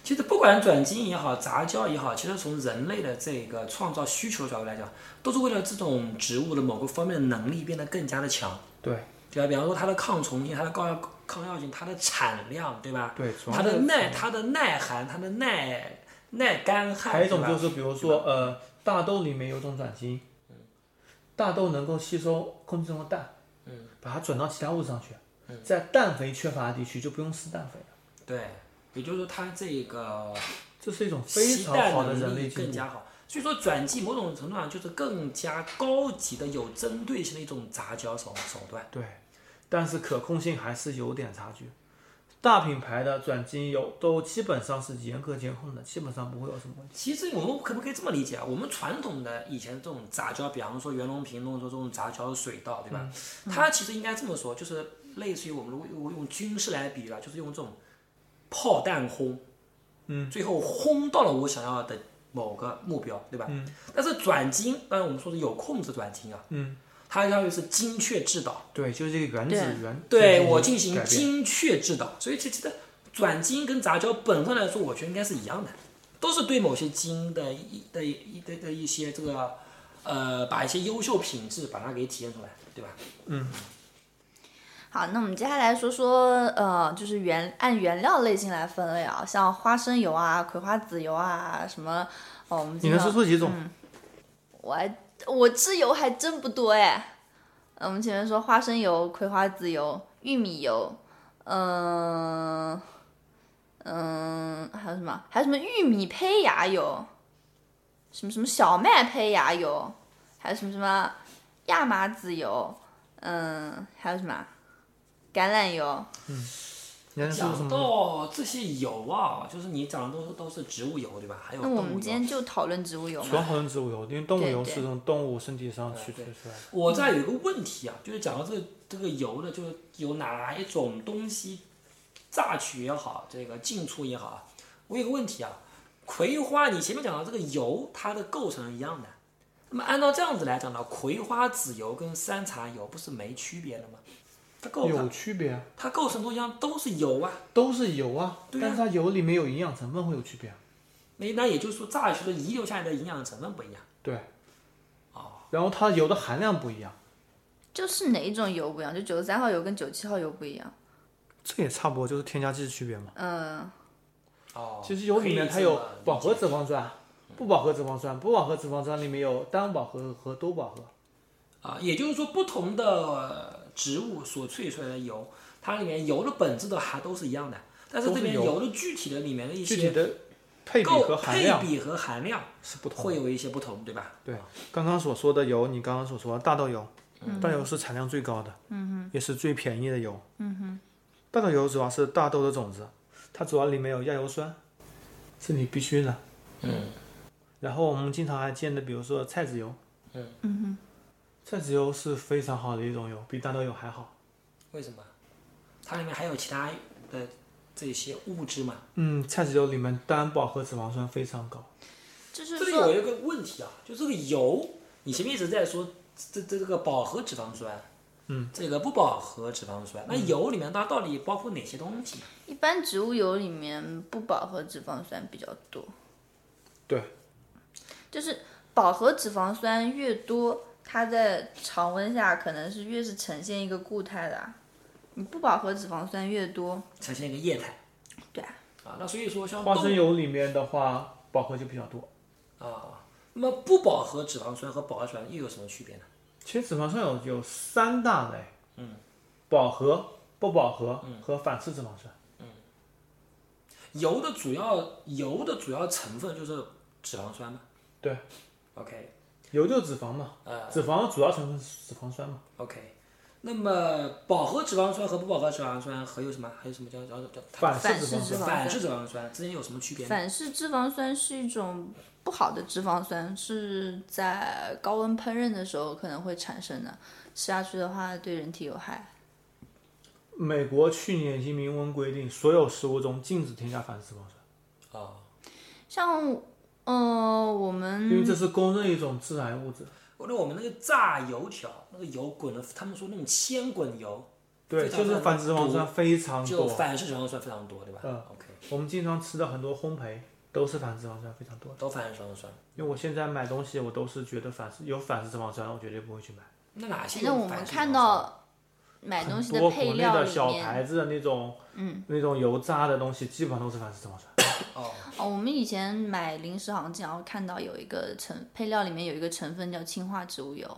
Speaker 4: 其实不管转基因也好，杂交也好，其实从人类的这个创造需求角度来讲，都是为了这种植物的某个方面的能力变得更加的强，
Speaker 2: 对
Speaker 4: 对吧？比方说它的抗虫性、它的抗药抗药性、它的产量，对吧？
Speaker 2: 对，
Speaker 4: 它的耐、它的耐寒、它的耐耐干旱，
Speaker 2: 还有一种
Speaker 4: 对吧
Speaker 2: 就是比如说呃，大豆里面有一种转基因，大豆能够吸收空气中的氮，嗯，把它转到其他物质上去，
Speaker 4: 嗯
Speaker 2: 在氮肥缺乏的地区就不用施氮肥了，
Speaker 4: 对，也就是说它这个
Speaker 2: 这是一种非
Speaker 4: 吸
Speaker 2: 常
Speaker 4: 氮
Speaker 2: 好的人
Speaker 4: 能
Speaker 2: 类
Speaker 4: 力
Speaker 2: 进
Speaker 4: 更
Speaker 2: 步。
Speaker 4: 加好。所以说，转基某种程度上就是更加高级的、有针对性的一种杂交手手段。
Speaker 2: 对，但是可控性还是有点差距。大品牌的转基因有都基本上是严格监控的，基本上不会有什么问题。
Speaker 4: 其实我们可不可以这么理解啊？我们传统的以前这种杂交，比方说袁隆平弄出这种杂交水稻，对吧？它其实应该这么说，就是类似于我们如果用用军事来比喻啊，就是用这种炮弹轰，嗯，最后轰到了我想要的某个目标，对吧？嗯。但是转基因，当然我们说是有控制转基因啊，
Speaker 2: 嗯，
Speaker 4: 它要求是精确制导。
Speaker 2: 对，就是这个原子
Speaker 1: 对
Speaker 2: 原
Speaker 4: 对
Speaker 2: 进
Speaker 4: 我进行
Speaker 2: 改变
Speaker 4: 精确制导，所以这这的转基因跟杂交本身来说，我觉得应该是一样的，都是对某些基因的一的一的的一些这个呃，把一些优秀品质把它给体现出来，对吧？
Speaker 1: 好，那我们接下来说说，呃，就是原按原料类型来分类啊，像花生油啊、葵花籽油啊，什么，哦，我们
Speaker 2: 你
Speaker 1: 经
Speaker 2: 能
Speaker 1: 常
Speaker 2: 说出几种？
Speaker 1: 我还我吃油还真不多哎。呃我们前面说花生油、葵花籽油、玉米油，嗯、嗯、还有什么？还有什么玉米胚芽油？什么什么小麦胚芽油？还有什么什么亚麻籽油？嗯、还有什么橄榄油？
Speaker 2: 你能说出什
Speaker 4: 讲
Speaker 2: 么？
Speaker 4: 到这些油啊，就是你讲的都是都是植物油，对吧？还有
Speaker 1: 那
Speaker 4: 动
Speaker 1: 我
Speaker 4: 物
Speaker 1: 们今
Speaker 4: 油。啊
Speaker 1: 天就讨论植物油
Speaker 2: 主要
Speaker 1: 嘛。
Speaker 2: 好像植物油，因为动物
Speaker 1: 对
Speaker 2: 油
Speaker 1: 对
Speaker 2: 是从动物身体上去
Speaker 4: 对
Speaker 2: 萃出来的。
Speaker 4: 我这儿有一个问题啊，就是讲到这个这个油呢，就是有哪一种东西榨取也好，这个进出也好啊，我有个问题啊，葵花，你前面讲到这个油，它的构成一样的，那么按照这样子来讲呢，葵花籽油跟山茶油不是没区别的吗？它构
Speaker 2: 有
Speaker 4: 成
Speaker 2: 区别啊，
Speaker 4: 它构成都一样，都是油啊。
Speaker 2: 都是油啊，
Speaker 4: 对啊
Speaker 2: 但是它油里面有营养成分会有区别啊，
Speaker 4: 那那也就是说，榨取的遗留下来的营养成分不一样。
Speaker 2: 对，然后它油的含量不一样，
Speaker 1: 就是哪一种油不一样，就九十三号油跟九七号油不一样。
Speaker 2: 这也差不多就是添加剂的区别嘛。
Speaker 1: 嗯，
Speaker 4: 哦
Speaker 2: 其实油里面它有饱和脂肪酸、不饱和脂肪酸，不饱和脂肪酸里面有单饱和和多饱和。
Speaker 4: 啊，也就是说，不同的植物所萃取出来的油，它里面油的本质的还都是一样的，但是
Speaker 2: 都
Speaker 4: 这
Speaker 2: 是
Speaker 4: 边
Speaker 2: 油
Speaker 4: 油的具体的里面的一
Speaker 2: 具体
Speaker 4: 些
Speaker 2: 的配比
Speaker 4: 构
Speaker 2: 和含
Speaker 4: 配
Speaker 2: 量
Speaker 4: 比和含量
Speaker 2: 是不同的。
Speaker 4: 会有一些不同，对吧？
Speaker 2: 对，啊刚刚所说的油，你刚刚所说的大豆油，
Speaker 4: 嗯
Speaker 2: 大豆油是产量最高的，也是最便宜的油。
Speaker 4: 嗯
Speaker 2: 大豆油主要是大豆的种子，它主要里面有亚油酸，是你必须的。
Speaker 4: 嗯
Speaker 2: 然后我们经常还见的，比如说菜籽油，
Speaker 4: 嗯
Speaker 2: 菜籽油是非常好的一种油，比大豆油还好。
Speaker 4: 为什么？它里面还有其他的这些物质嘛？
Speaker 2: 嗯，菜籽油里面单饱和脂肪酸非常高。
Speaker 1: 就是
Speaker 4: 这里
Speaker 1: 说
Speaker 4: 有一个问题啊，就这个油，你前面一直在说这这这个饱和脂肪酸，嗯，这个不饱和脂肪酸，那
Speaker 2: 嗯
Speaker 4: 油里面它到底包括哪些东西？
Speaker 1: 一般植物油里面不饱和脂肪酸比较多，
Speaker 2: 对，
Speaker 1: 就是饱和脂肪酸越多，它在常温下可能是越是呈现一个固态的啊。你不饱和脂肪酸越多，
Speaker 4: 呈现一个液态
Speaker 1: 对啊，
Speaker 4: 啊，那所以说像
Speaker 2: 花
Speaker 4: 动
Speaker 2: 生油里面的话，饱和就比较多。
Speaker 4: 啊，那么不饱和脂肪酸和饱和脂肪酸又有什么区别呢？
Speaker 2: 其实脂肪酸有有三大类，嗯，饱和、不饱和和反式脂肪酸。
Speaker 4: 油的主要油的主要成分就是脂肪酸嘛。
Speaker 2: 对
Speaker 4: ，OK
Speaker 2: 油就脂肪嘛，脂肪的主要成分是脂肪酸嘛。
Speaker 4: OK。那么饱和脂肪酸和不饱和脂肪酸还有什么？还有什么叫叫叫
Speaker 2: 反式
Speaker 1: 反
Speaker 2: 脂
Speaker 1: 式
Speaker 2: 肪
Speaker 1: 脂
Speaker 2: 酸，
Speaker 1: 肪
Speaker 4: 反
Speaker 1: 酸
Speaker 4: 式脂肪酸之间有什么区别呢？
Speaker 1: 反式脂肪酸是一种不好的脂肪酸，是在高温烹饪的时候可能会产生的，吃下去的话对人体有害。
Speaker 2: 美国去年已经明文规定，所有食物中禁止添加反式脂肪酸，
Speaker 4: 啊，
Speaker 1: 像，呃，我们
Speaker 2: 因为这是公认一种致癌物质。
Speaker 4: 那我们那个炸油条，那个油滚了，他们说那种千滚油，
Speaker 2: 对，
Speaker 4: 非常
Speaker 2: 就是反式脂肪酸非常
Speaker 4: 就
Speaker 2: 多。
Speaker 4: 反式脂肪酸非常多，对吧、
Speaker 2: 嗯
Speaker 4: o k
Speaker 2: 我们经常吃的很多烘焙都是反式脂肪酸非常多。
Speaker 4: 都反式脂肪酸。
Speaker 2: 因为我现在买东西，我都是觉得反式有反式脂肪酸，我绝对不会去买。
Speaker 4: 那哪些？
Speaker 1: 那我们看。到买东西
Speaker 2: 很多
Speaker 1: 配
Speaker 2: 国内
Speaker 1: 料
Speaker 2: 的
Speaker 1: 里
Speaker 2: 小
Speaker 1: 面，
Speaker 2: 牌子的那种，嗯，那种油炸的东西，基本上都是反式脂肪酸。
Speaker 4: 哦，
Speaker 1: 哦，我们以前买零食好像经常看到有一个成配料里面有一个成分叫氢化植物油，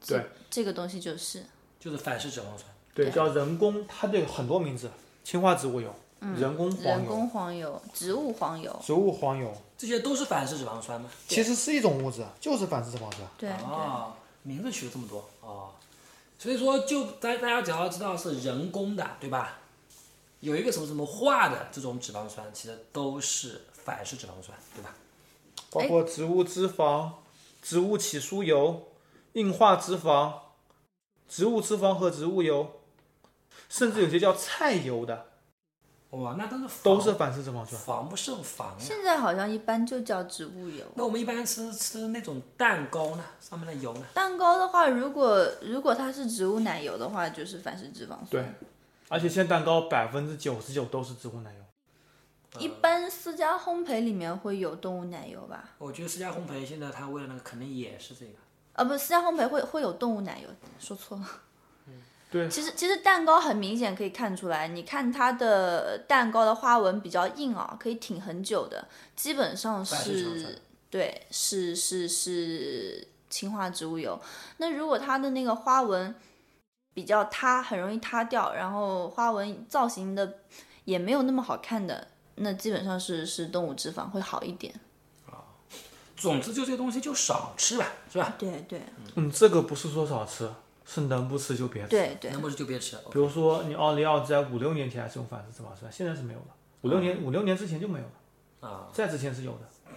Speaker 1: 这
Speaker 2: 对
Speaker 1: 这个东西就是
Speaker 4: 就是反式脂肪酸。
Speaker 2: 对，叫人工，它这个很多名字，氢化植物油、人工
Speaker 1: 嗯
Speaker 2: 黄
Speaker 1: 人
Speaker 2: 油、
Speaker 1: 工黄油、植物黄油，
Speaker 2: 植物黄油，
Speaker 4: 这些都是反式脂肪酸吗？
Speaker 2: 其实是一种物质，就是反式脂肪酸。
Speaker 1: 对、
Speaker 4: 哦，名字取了这么多哦，所以说就大大家只要知道是人工的，对吧？有一个什么什么化的这种脂肪酸，其实都是反式脂肪酸，对吧？
Speaker 2: 包括植物脂肪、植物起酥油、硬化脂肪、植物脂肪和植物油，甚至有些叫菜油的，
Speaker 4: 哇，那都是防
Speaker 2: 都是反式脂肪酸。
Speaker 4: 防不胜防
Speaker 1: 对。
Speaker 4: 呀。
Speaker 1: 现在好像一般就叫植物油。
Speaker 4: 那我们一般吃吃那种蛋糕呢，上面的油呢？
Speaker 1: 蛋糕的话，如果如果它是植物奶油的话，就是反式脂肪酸。
Speaker 2: 对，而且现在蛋糕百分之九十九都是植物奶油。
Speaker 1: 一般私家烘焙里面会有动物奶油吧？
Speaker 4: 我觉得私家烘焙现在它为了那个肯定也是这个，
Speaker 1: 啊，不，私家烘焙会会有动物奶油，说错了。
Speaker 2: 对
Speaker 1: 其实其实蛋糕很明显可以看出来，你看它的蛋糕的花纹比较硬啊，可以挺很久的，基本上
Speaker 4: 反式脂肪酸
Speaker 1: 是，对，是是是氢化植物油。那如果它的那个花纹比较塌，很容易塌掉，然后花纹造型的也没有那么好看的，那基本上是是动物脂肪会好一点。
Speaker 4: 总之就这个东西就少吃吧，是吧？
Speaker 1: 对对
Speaker 2: 嗯，这个不是说少吃，是能不吃就别吃。
Speaker 1: 对对
Speaker 4: 能，不吃就别吃。啊
Speaker 2: 比如说你奥利奥在五六年前还是用反式脂肪酸，现在是没有了。五六年五六年之前就没有了
Speaker 4: 嗯啊，
Speaker 2: 在之前是有的。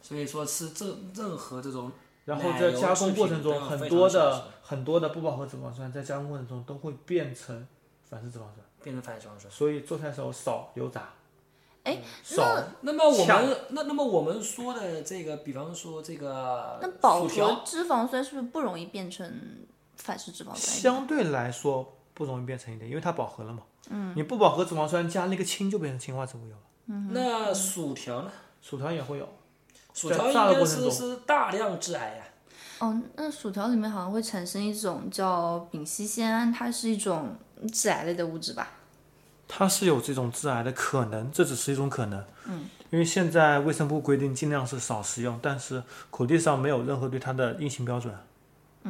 Speaker 4: 所以说吃这任何这种
Speaker 2: 然后
Speaker 4: 奶
Speaker 2: 在
Speaker 4: 油
Speaker 2: 加
Speaker 4: 制
Speaker 2: 工
Speaker 4: 品
Speaker 2: 过程
Speaker 4: 都
Speaker 2: 中，
Speaker 4: 要非
Speaker 2: 很
Speaker 4: 常
Speaker 2: 多
Speaker 4: 小
Speaker 2: 的
Speaker 4: 心
Speaker 2: 很多的不饱和脂肪酸在加工过程中都会变成反式脂肪酸，
Speaker 4: 变成反式脂肪酸。
Speaker 2: 所以做菜的时候少油炸，嗯
Speaker 1: 哎，
Speaker 2: 少
Speaker 4: 那么我
Speaker 2: 像
Speaker 4: 们那那么我们说的这个，比方说这个
Speaker 1: 那饱
Speaker 4: 呃薯条
Speaker 1: 和脂肪酸是不是不容易变成反式脂肪酸？
Speaker 2: 相对来说不容易变成一点，因为它饱和了嘛。嗯，你不饱和脂肪酸加那个氢就变成氢化植物油了，
Speaker 4: 那薯条呢？
Speaker 2: 薯条也会有。
Speaker 4: 薯
Speaker 2: 在
Speaker 4: 条应
Speaker 2: 炸的
Speaker 4: 该
Speaker 2: 过程
Speaker 4: 是
Speaker 2: 中
Speaker 4: 是大量致癌呀、
Speaker 1: 哦，那薯条里面好像会产生一种叫丙烯酰胺，它是一种致癌类的物质吧？
Speaker 2: 它是有这种致癌的可能，这只是一种可能。嗯，因为现在卫生部规定尽量是少食用，但是口地上没有任何对它的硬性标准。嗯哼，嗯哼。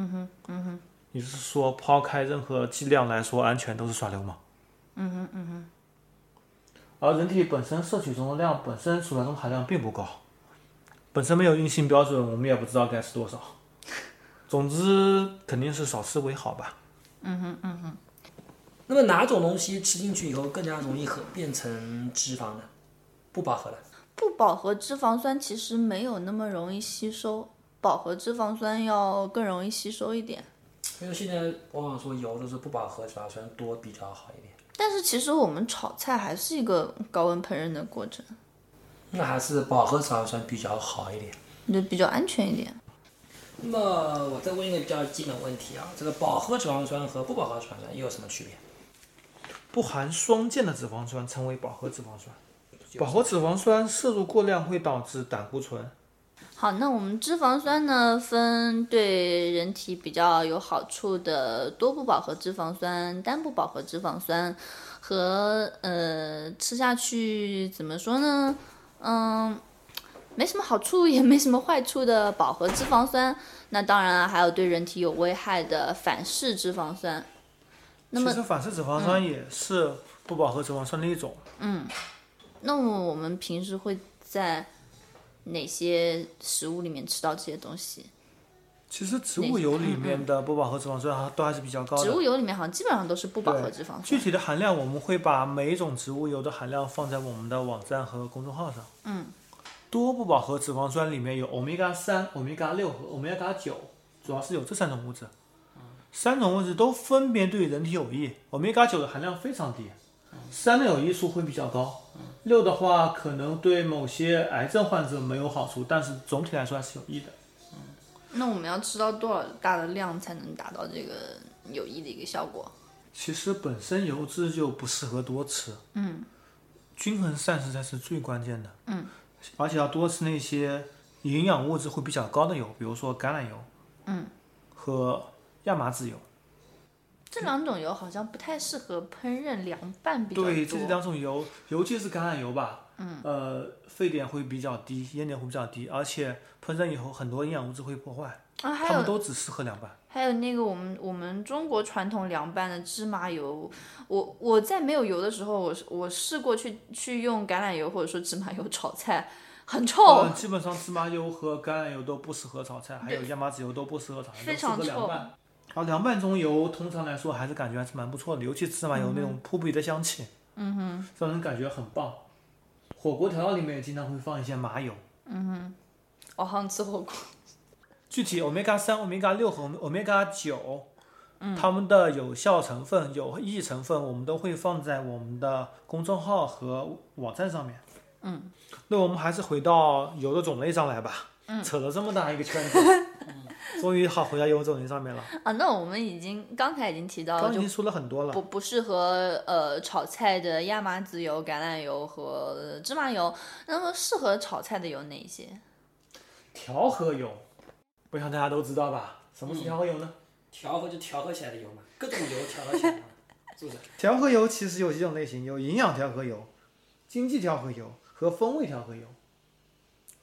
Speaker 2: 嗯也就是说，抛开任何剂量来说，安全都是耍流氓。嗯哼，嗯哼。而人体本身摄取中的量，本身薯条中的含量并不高，本身没有硬性标准，我们也不知道该吃多少。总之，肯定是少吃为好吧。
Speaker 4: 那么哪种东西吃进去以后更加容易和变成脂肪呢？不饱和了。
Speaker 1: 不饱和脂肪酸其实没有那么容易吸收，饱和脂肪酸要更容易吸收一点。
Speaker 4: 所以说现在往往说油都是不饱和脂肪酸多比较好一点，
Speaker 1: 但是其实我们炒菜还是一个高温烹饪的过程，
Speaker 4: 那还是饱和脂肪酸比较好一点。
Speaker 1: 就比较安全一点。
Speaker 4: 那么我再问一个比较基本问题啊，这个饱和脂肪酸和不饱和脂肪酸又有什么区别？
Speaker 2: 不含双键的脂肪酸称为饱和脂肪酸。饱和脂肪酸摄入过量会导致胆固醇。
Speaker 1: 好，那我们脂肪酸呢，分对人体比较有好处的多不饱和脂肪酸、单不饱和脂肪酸和呃吃下去怎么说呢？嗯，没什么好处也没什么坏处的饱和脂肪酸。那当然啊还有对人体有危害的反式脂肪酸。那么嗯
Speaker 2: 其实反式脂肪酸也是不饱和脂肪酸的一种。
Speaker 1: 那么我们平时会在哪些食物里面吃到这些东西？
Speaker 2: 其实植物
Speaker 1: 嗯
Speaker 2: 油里面的不饱和脂肪酸还都还是比较高的。
Speaker 1: 植物油里面好像基本上都是不饱和脂肪酸。
Speaker 2: 具体的含量，我们会把每一种植物油的含量放在我们的网站和公众号上。嗯，多不饱和脂肪酸里面有欧米伽三、欧米伽六和欧米伽九，主要是有这三种物质。三种物质都分别对人体有益。欧米伽九的含量非常低，三的有益处会比较高。六的话，可能对某些癌症患者没有好处，但是总体来说还是有益的。
Speaker 1: 那我们要吃到多少大的量才能达到这个有益的一个效果？
Speaker 2: 其实本身油脂就不适合多吃，嗯，均衡膳食才是最关键的，嗯，而且要多吃那些营养物质会比较高的油，比如说橄榄油，嗯，和亚麻籽油，嗯
Speaker 1: 这两种油好像不太适合烹饪凉拌比较多。
Speaker 2: 对，这两种油，尤其是橄榄油吧，嗯，呃，沸点会比较低，烟点会比较低，而且烹饪以后很多营养物质会破坏，
Speaker 1: 啊，还
Speaker 2: 它们
Speaker 1: 有
Speaker 2: 都只适合凉拌。
Speaker 1: 还有那个我们我们中国传统凉拌的芝麻油，我我在没有油的时候，我我试过去去用橄榄油或者说芝麻油炒菜，很臭，
Speaker 2: 呃基本上芝麻油和橄榄油都不适合炒菜，还有亚麻籽油都不适合炒菜，
Speaker 1: 非
Speaker 2: 都适
Speaker 1: 常
Speaker 2: 合凉
Speaker 1: 臭
Speaker 2: 拌。啊，凉拌中油通常来说还是感觉还是蛮不错的，尤其芝麻油那种扑鼻的香气，嗯哼，让人感觉很棒。火锅调料里面也经常会放一些麻油，
Speaker 1: 我哦好想吃火锅。
Speaker 2: 具体欧米伽三、欧米伽六和欧米伽九，它们的有效成分、有益成分，我们都会放在我们的公众号和网站上面。嗯，那我们还是回到油的种类上来吧。嗯，扯了这么大一个圈 (laughs) 子，嗯终于好回到油的种类上面了。
Speaker 1: 啊，那我们已经刚才已经提到
Speaker 2: 刚
Speaker 1: 了，
Speaker 2: 刚已
Speaker 1: 就
Speaker 2: 经说了很多了，
Speaker 1: 不不适合呃炒菜的亚麻籽油、橄榄油和芝麻油。那么适合炒菜的有哪一些？
Speaker 2: 调和油，我想大家都知道吧？什么是调和油呢？
Speaker 4: 调和就调和起来的油嘛，各种油调和起来嘛，是不是？
Speaker 2: 嗯调和油其实有几种类型，有营养调和油、经济调和油和风味调和油。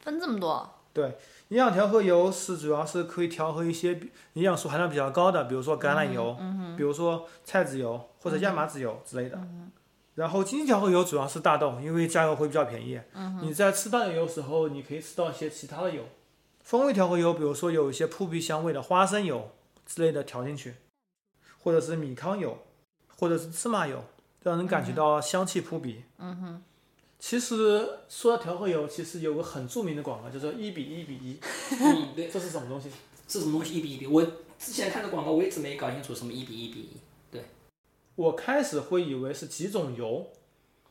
Speaker 1: 分这么多？
Speaker 2: 对，营养调和油是主要是可以调和一些比营养素含量比较高的，比如说橄榄油，比如说菜籽油或者亚麻籽油之类的。然后经济调和油主要是大豆，因为价格会比较便宜。你在吃大豆油的时候，你可以吃到一些其他的油。风味调和油，比如说有一些扑鼻香味的花生油之类的调进去，或者是米糠油，或者是芝麻油，让人感觉到香气扑鼻。其实说到调和油，其实有个很著名的广告，叫做一比一比一。
Speaker 4: 嗯，对，
Speaker 2: 这是什么东西？
Speaker 4: 这种东西一比一比，我之前看的广告我一直没搞清楚什么一比一比一。
Speaker 2: 我开始会以为是几种油，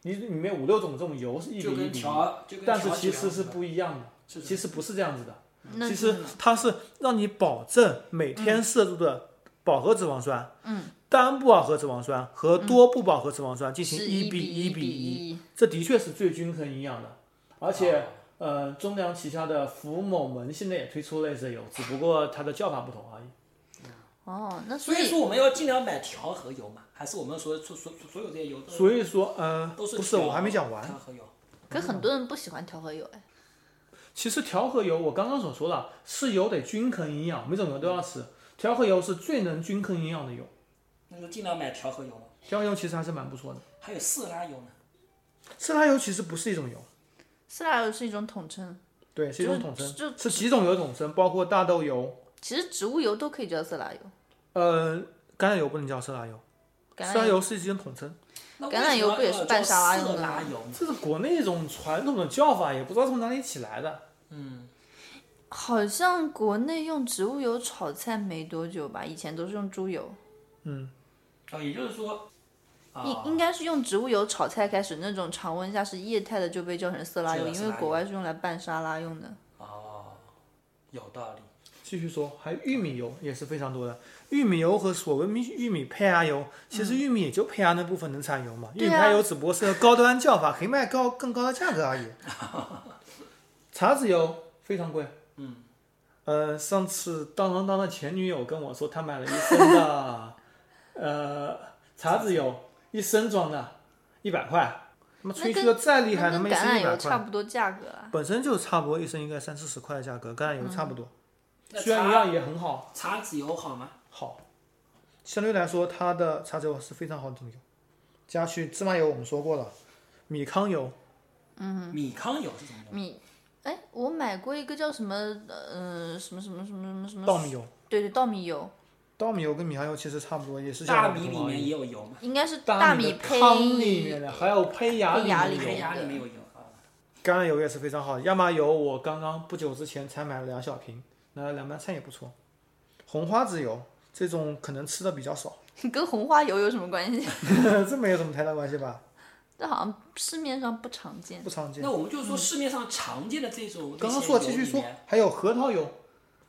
Speaker 2: 你里面五六种这种油是一比
Speaker 4: 就
Speaker 2: 一
Speaker 4: 跟
Speaker 2: 比一，
Speaker 4: 调，就跟
Speaker 2: 但是
Speaker 4: 调
Speaker 2: 其
Speaker 4: 酒一样
Speaker 2: 实是
Speaker 4: 吧
Speaker 2: 不一样的，
Speaker 4: 是
Speaker 2: 其实不是这样子的。
Speaker 1: 那
Speaker 2: 其
Speaker 1: 是
Speaker 2: 实它是让你保证每天摄入的饱和脂肪酸，嗯，单不饱和脂肪酸和多不饱和脂肪酸进行
Speaker 1: 是
Speaker 2: 一
Speaker 1: 比
Speaker 2: 一
Speaker 1: 比
Speaker 2: 比一，这的确是最均衡营养的。而且，
Speaker 4: 啊
Speaker 2: 呃，中粮旗下的福某门现在也推出类似的油，只不过它的叫法不同而已。
Speaker 1: 哦，那所
Speaker 4: 所以
Speaker 1: 以
Speaker 4: 说我们要尽量买调和油嘛，还是我们所所所所有这些油都
Speaker 2: 所以说，呃，
Speaker 4: 都是
Speaker 2: 不是，
Speaker 4: 调
Speaker 2: 我还没讲完。
Speaker 4: 调和油，
Speaker 1: 可很多人不喜欢调和油哎。
Speaker 2: 其实调和油，我刚刚所说了，是油得均衡营养，每种油都要吃。调和油是最能均衡营养的油，
Speaker 4: 那就尽量买调和油嘛。
Speaker 2: 调和油其实还是蛮不错的。
Speaker 4: 还有色拉油呢，
Speaker 2: 色拉油其实不是一种油，
Speaker 1: 色拉油是一种统称，
Speaker 2: 对，是一种
Speaker 1: 就
Speaker 2: 统称，
Speaker 1: 就是
Speaker 2: 几种油统称，包括大豆油、
Speaker 1: 其实植物油都可以叫色拉油，
Speaker 2: 呃，橄榄油不能叫色拉油，
Speaker 1: 橄
Speaker 2: 色拉
Speaker 1: 榄
Speaker 2: 油是一种统称，
Speaker 4: 那
Speaker 1: 橄榄油不也是拌沙拉
Speaker 4: 用
Speaker 1: 用
Speaker 4: 色
Speaker 1: 的吗
Speaker 4: 拉油呢？
Speaker 2: 这是国内一种传统的叫法，也不知道从哪里起来的。
Speaker 1: 好像国内用植物油炒菜没多久吧，以前都是用猪油，
Speaker 4: 哦，也就是说，啊、
Speaker 1: 应应该是用植物油炒菜开始，那种常温下是液态的就被叫成色拉油，
Speaker 4: 就叫色
Speaker 1: 因
Speaker 4: 拉油
Speaker 1: 为国外是用来拌沙拉用的。
Speaker 4: 哦有道理。
Speaker 2: 继续说，还有玉米油也是非常多的。玉米油和所谓玉米玉米胚芽油，其实玉米也就胚芽那部分能产油嘛。玉
Speaker 1: 对啊
Speaker 2: 米胚芽油只不过是个高端叫法，可以卖高更高的价格
Speaker 1: (laughs)
Speaker 2: 而已。茶籽油非常贵。嗯。呃，上次当当当的前女友跟我说，她买了一升
Speaker 1: (laughs)
Speaker 2: 的，呃，茶籽油，一升装的，一百块。他妈吹嘘的再厉害，
Speaker 1: 那
Speaker 2: 他妈
Speaker 1: 跟
Speaker 2: 一
Speaker 1: 橄
Speaker 2: 升
Speaker 1: 榄
Speaker 2: 一百
Speaker 1: 油
Speaker 2: 块
Speaker 1: 差，不多价格啊。
Speaker 2: 本身就差不多一升应该三四十块的价格，橄榄油差不多，
Speaker 4: 那
Speaker 2: 虽然营养也很好。
Speaker 4: 茶籽油好吗？
Speaker 2: 好，相对来说它的茶籽油是非常好的一种油。加去芝麻油我们说过了，米糠油，
Speaker 1: 嗯
Speaker 4: 米糠油是什么油？
Speaker 1: 米，哎，我买过一个叫什么，呃，什么什么什么什么什么
Speaker 2: 稻米油，
Speaker 1: 对对，稻米油
Speaker 2: 稻米油跟米糠油其实差不多，也是
Speaker 4: 大
Speaker 2: 叫米
Speaker 4: 米里面也有油嘛？
Speaker 1: 应该是
Speaker 2: 大
Speaker 1: 米
Speaker 2: 的
Speaker 1: 胚
Speaker 2: 糠里面的，还有胚芽
Speaker 1: 胚芽
Speaker 2: 里
Speaker 1: 里
Speaker 2: 面
Speaker 1: 面
Speaker 2: 的
Speaker 4: 胚
Speaker 2: 油。
Speaker 4: 芽里面有油啊。
Speaker 2: 橄榄油也是非常好，亚麻油我刚刚不久之前才买了两小瓶，拿来凉拌菜也不错。红花籽油这种可能吃的比较少，
Speaker 1: (laughs)
Speaker 2: (laughs)
Speaker 1: 跟红花油有什么关系？ (laughs)
Speaker 2: 这没有什么太大关系吧，
Speaker 1: 这好像市面上不常见。
Speaker 2: 不常见
Speaker 4: 那。我们就说市面上常见的这种，
Speaker 2: 刚刚说了继续说，还有核桃油，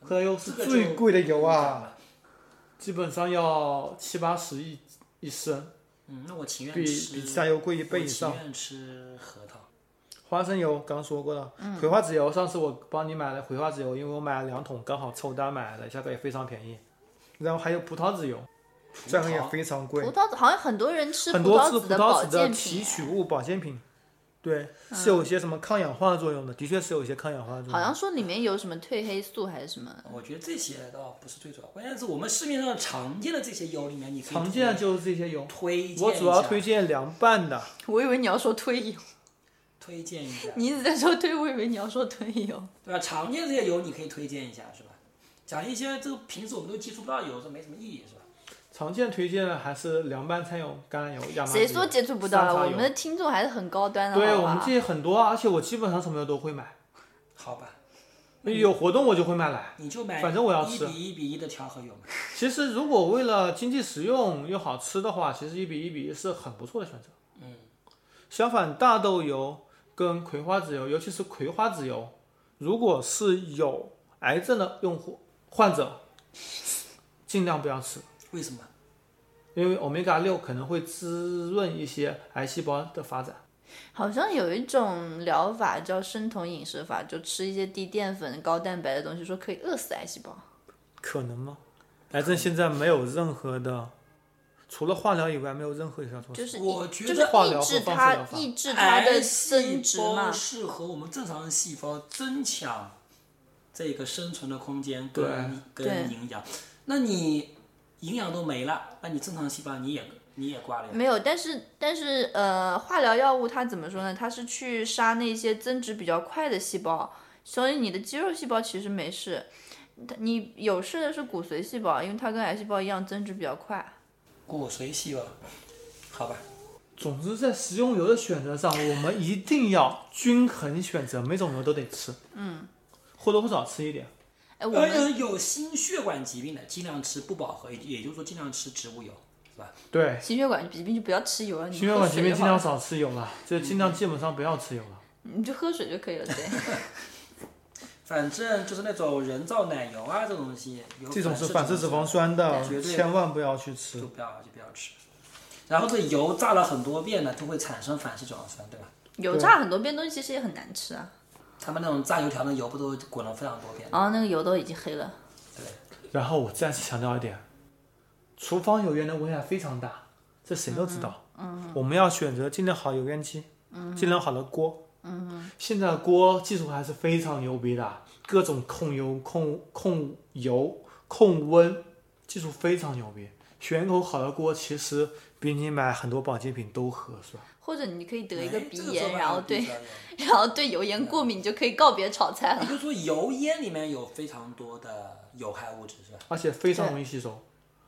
Speaker 2: 核桃油是
Speaker 4: 这个就
Speaker 2: 最贵的油啊。。基本上要七八十一一升，
Speaker 4: 嗯，那我情
Speaker 2: 比
Speaker 4: 愿吃，
Speaker 2: 比其他油贵一倍以
Speaker 4: 我
Speaker 2: 上。
Speaker 4: 情愿吃核桃。
Speaker 2: 花生油刚说过了，
Speaker 4: 嗯
Speaker 2: 葵花籽油上次我帮你买了葵花籽油，因为我买了两桶，刚好凑单买的，价格也非常便宜。然后还有葡萄籽油，
Speaker 4: 葡
Speaker 2: 价格也
Speaker 4: 萄
Speaker 2: 非常贵
Speaker 1: 葡，萄好像很多人吃
Speaker 2: 很
Speaker 1: 葡
Speaker 2: 多
Speaker 1: 萄
Speaker 2: 次
Speaker 1: 籽
Speaker 2: 葡萄
Speaker 1: 保
Speaker 2: 籽的
Speaker 1: 健
Speaker 2: 提
Speaker 1: 品，
Speaker 2: 取
Speaker 4: 哎
Speaker 2: 物保健品，对，
Speaker 4: 嗯
Speaker 2: 是有一些什么抗氧化作用的，的确是有一些抗氧化作
Speaker 1: 好
Speaker 2: 用。
Speaker 1: 像说里面有什么褪黑素还是什么。 (laughs)
Speaker 4: 我觉得这些倒不是最主要，关键是我们市面上常见的这些油里面，你可以
Speaker 2: 常见的就是这些油，
Speaker 4: 推荐一下，
Speaker 2: 我主要推荐凉拌的，
Speaker 1: 我以为你要说推油，
Speaker 4: 推荐一下，
Speaker 1: 你一直在说推，我以为你要说推油。
Speaker 4: 对吧？常见的这些油你可以推荐一下，是吧？讲一些这个平时我们都接触不到的油，这没什么意义，是吧？
Speaker 2: 常见推荐的还是凉拌菜油、橄榄油、亚麻籽
Speaker 1: (laughs) 谁
Speaker 2: 油。
Speaker 1: 说接触不到了？
Speaker 2: 山茶
Speaker 1: 我
Speaker 2: 油
Speaker 1: 们的听众还是很高端的，
Speaker 2: 对
Speaker 1: 好
Speaker 2: 我
Speaker 1: 吧
Speaker 2: 们这些很多啊，而且我基本上什么油都会买，
Speaker 4: 好吧，
Speaker 1: 嗯
Speaker 2: 有活动我就会买来。
Speaker 4: 你就买，
Speaker 2: 反正我要吃
Speaker 4: 一比一比一的调和油嘛。
Speaker 2: 其实如果为了经济实用又好吃的话，其实一比一比一是很不错的选择。嗯，相反，大豆油跟葵花籽油，尤其是葵花籽油，如果是有癌症的用户患者，尽量不要吃，
Speaker 4: 为什么？
Speaker 2: 因为欧米伽六可能会滋润一些癌细胞的发展。
Speaker 1: 好像有一种疗法叫生酮饮食法，就吃一些低淀粉、高蛋白的东西，说可以饿死癌细胞。
Speaker 2: 可能吗？癌症现在没有任何的，除了化疗以外，没有任何有效措施。
Speaker 1: 就是抑
Speaker 4: 我觉
Speaker 1: 就是
Speaker 4: 得
Speaker 2: 化疗
Speaker 1: 抑
Speaker 2: 和
Speaker 1: 制
Speaker 2: 放
Speaker 1: 它
Speaker 2: 治疗法
Speaker 1: 抑制它的增值
Speaker 4: 癌
Speaker 1: 嘛
Speaker 4: 哎细胞。是和我们正常的细胞增强这个生存的空间
Speaker 2: 对
Speaker 4: 跟
Speaker 1: 对
Speaker 4: 跟营养。那你营养都没了，那你正常细胞你也你也挂了呀。
Speaker 1: 没有，但是但是呃，化疗药物它怎么说呢？它是去杀那些增值比较快的细胞，所以你的肌肉细胞其实没事，它你有事的是骨髓细胞，因为它跟癌细胞一样增值比较快。
Speaker 4: 骨髓细胞，好吧，
Speaker 2: 总之，在食用油的选择上，我们一定要均衡选择，每种油都得吃。嗯，或多或少吃一点。
Speaker 1: 哎，我们
Speaker 4: 呃，有心血管疾病的尽量吃不饱和，也也就是说尽量吃植物油，是吧？
Speaker 2: 对，
Speaker 1: 心血管疾病就不要吃油了，你
Speaker 2: 心血
Speaker 1: 喝
Speaker 2: 管
Speaker 1: 水
Speaker 2: 疾病
Speaker 1: 就
Speaker 2: 尽
Speaker 1: 好
Speaker 2: 量
Speaker 1: 了
Speaker 2: 少嗯吃油了，就尽量基本上不要吃油了。
Speaker 1: 你就喝水就可以了，对。
Speaker 4: 反正就是那种人造奶油啊，这种东西，有
Speaker 2: 这种
Speaker 4: 是
Speaker 2: 是反式脂肪酸的
Speaker 4: 对，绝对
Speaker 2: 千万不要去吃
Speaker 4: 就。不要就不要吃。然后这油炸了很多遍呢，都会产生反式脂肪酸，对吧？
Speaker 1: 油炸很多遍东西其实也很难吃啊。
Speaker 4: 他们那种炸油条的油不都滚了非常多遍？
Speaker 1: 然后那个油都已经黑了，
Speaker 2: 然后我再次强调一点，厨房油烟的危害非常大，这谁都知道。嗯，我们要选择尽量好油烟机，嗯，尽量好的锅。嗯，现在锅技术还是非常牛逼的，各种控油、控控油、控温，技术非常牛逼。选一口好的锅，其实比你买很多保健品都合算。
Speaker 1: 或者你可以得一
Speaker 4: 哎
Speaker 2: 哎
Speaker 4: 个
Speaker 1: 个鼻炎，然后对， (laughs) 然后对油盐过敏，你就可以告别炒菜了。
Speaker 4: 啊也就是说油烟里面有非常多的有害物质，是吧？
Speaker 2: 而且非常容易吸收，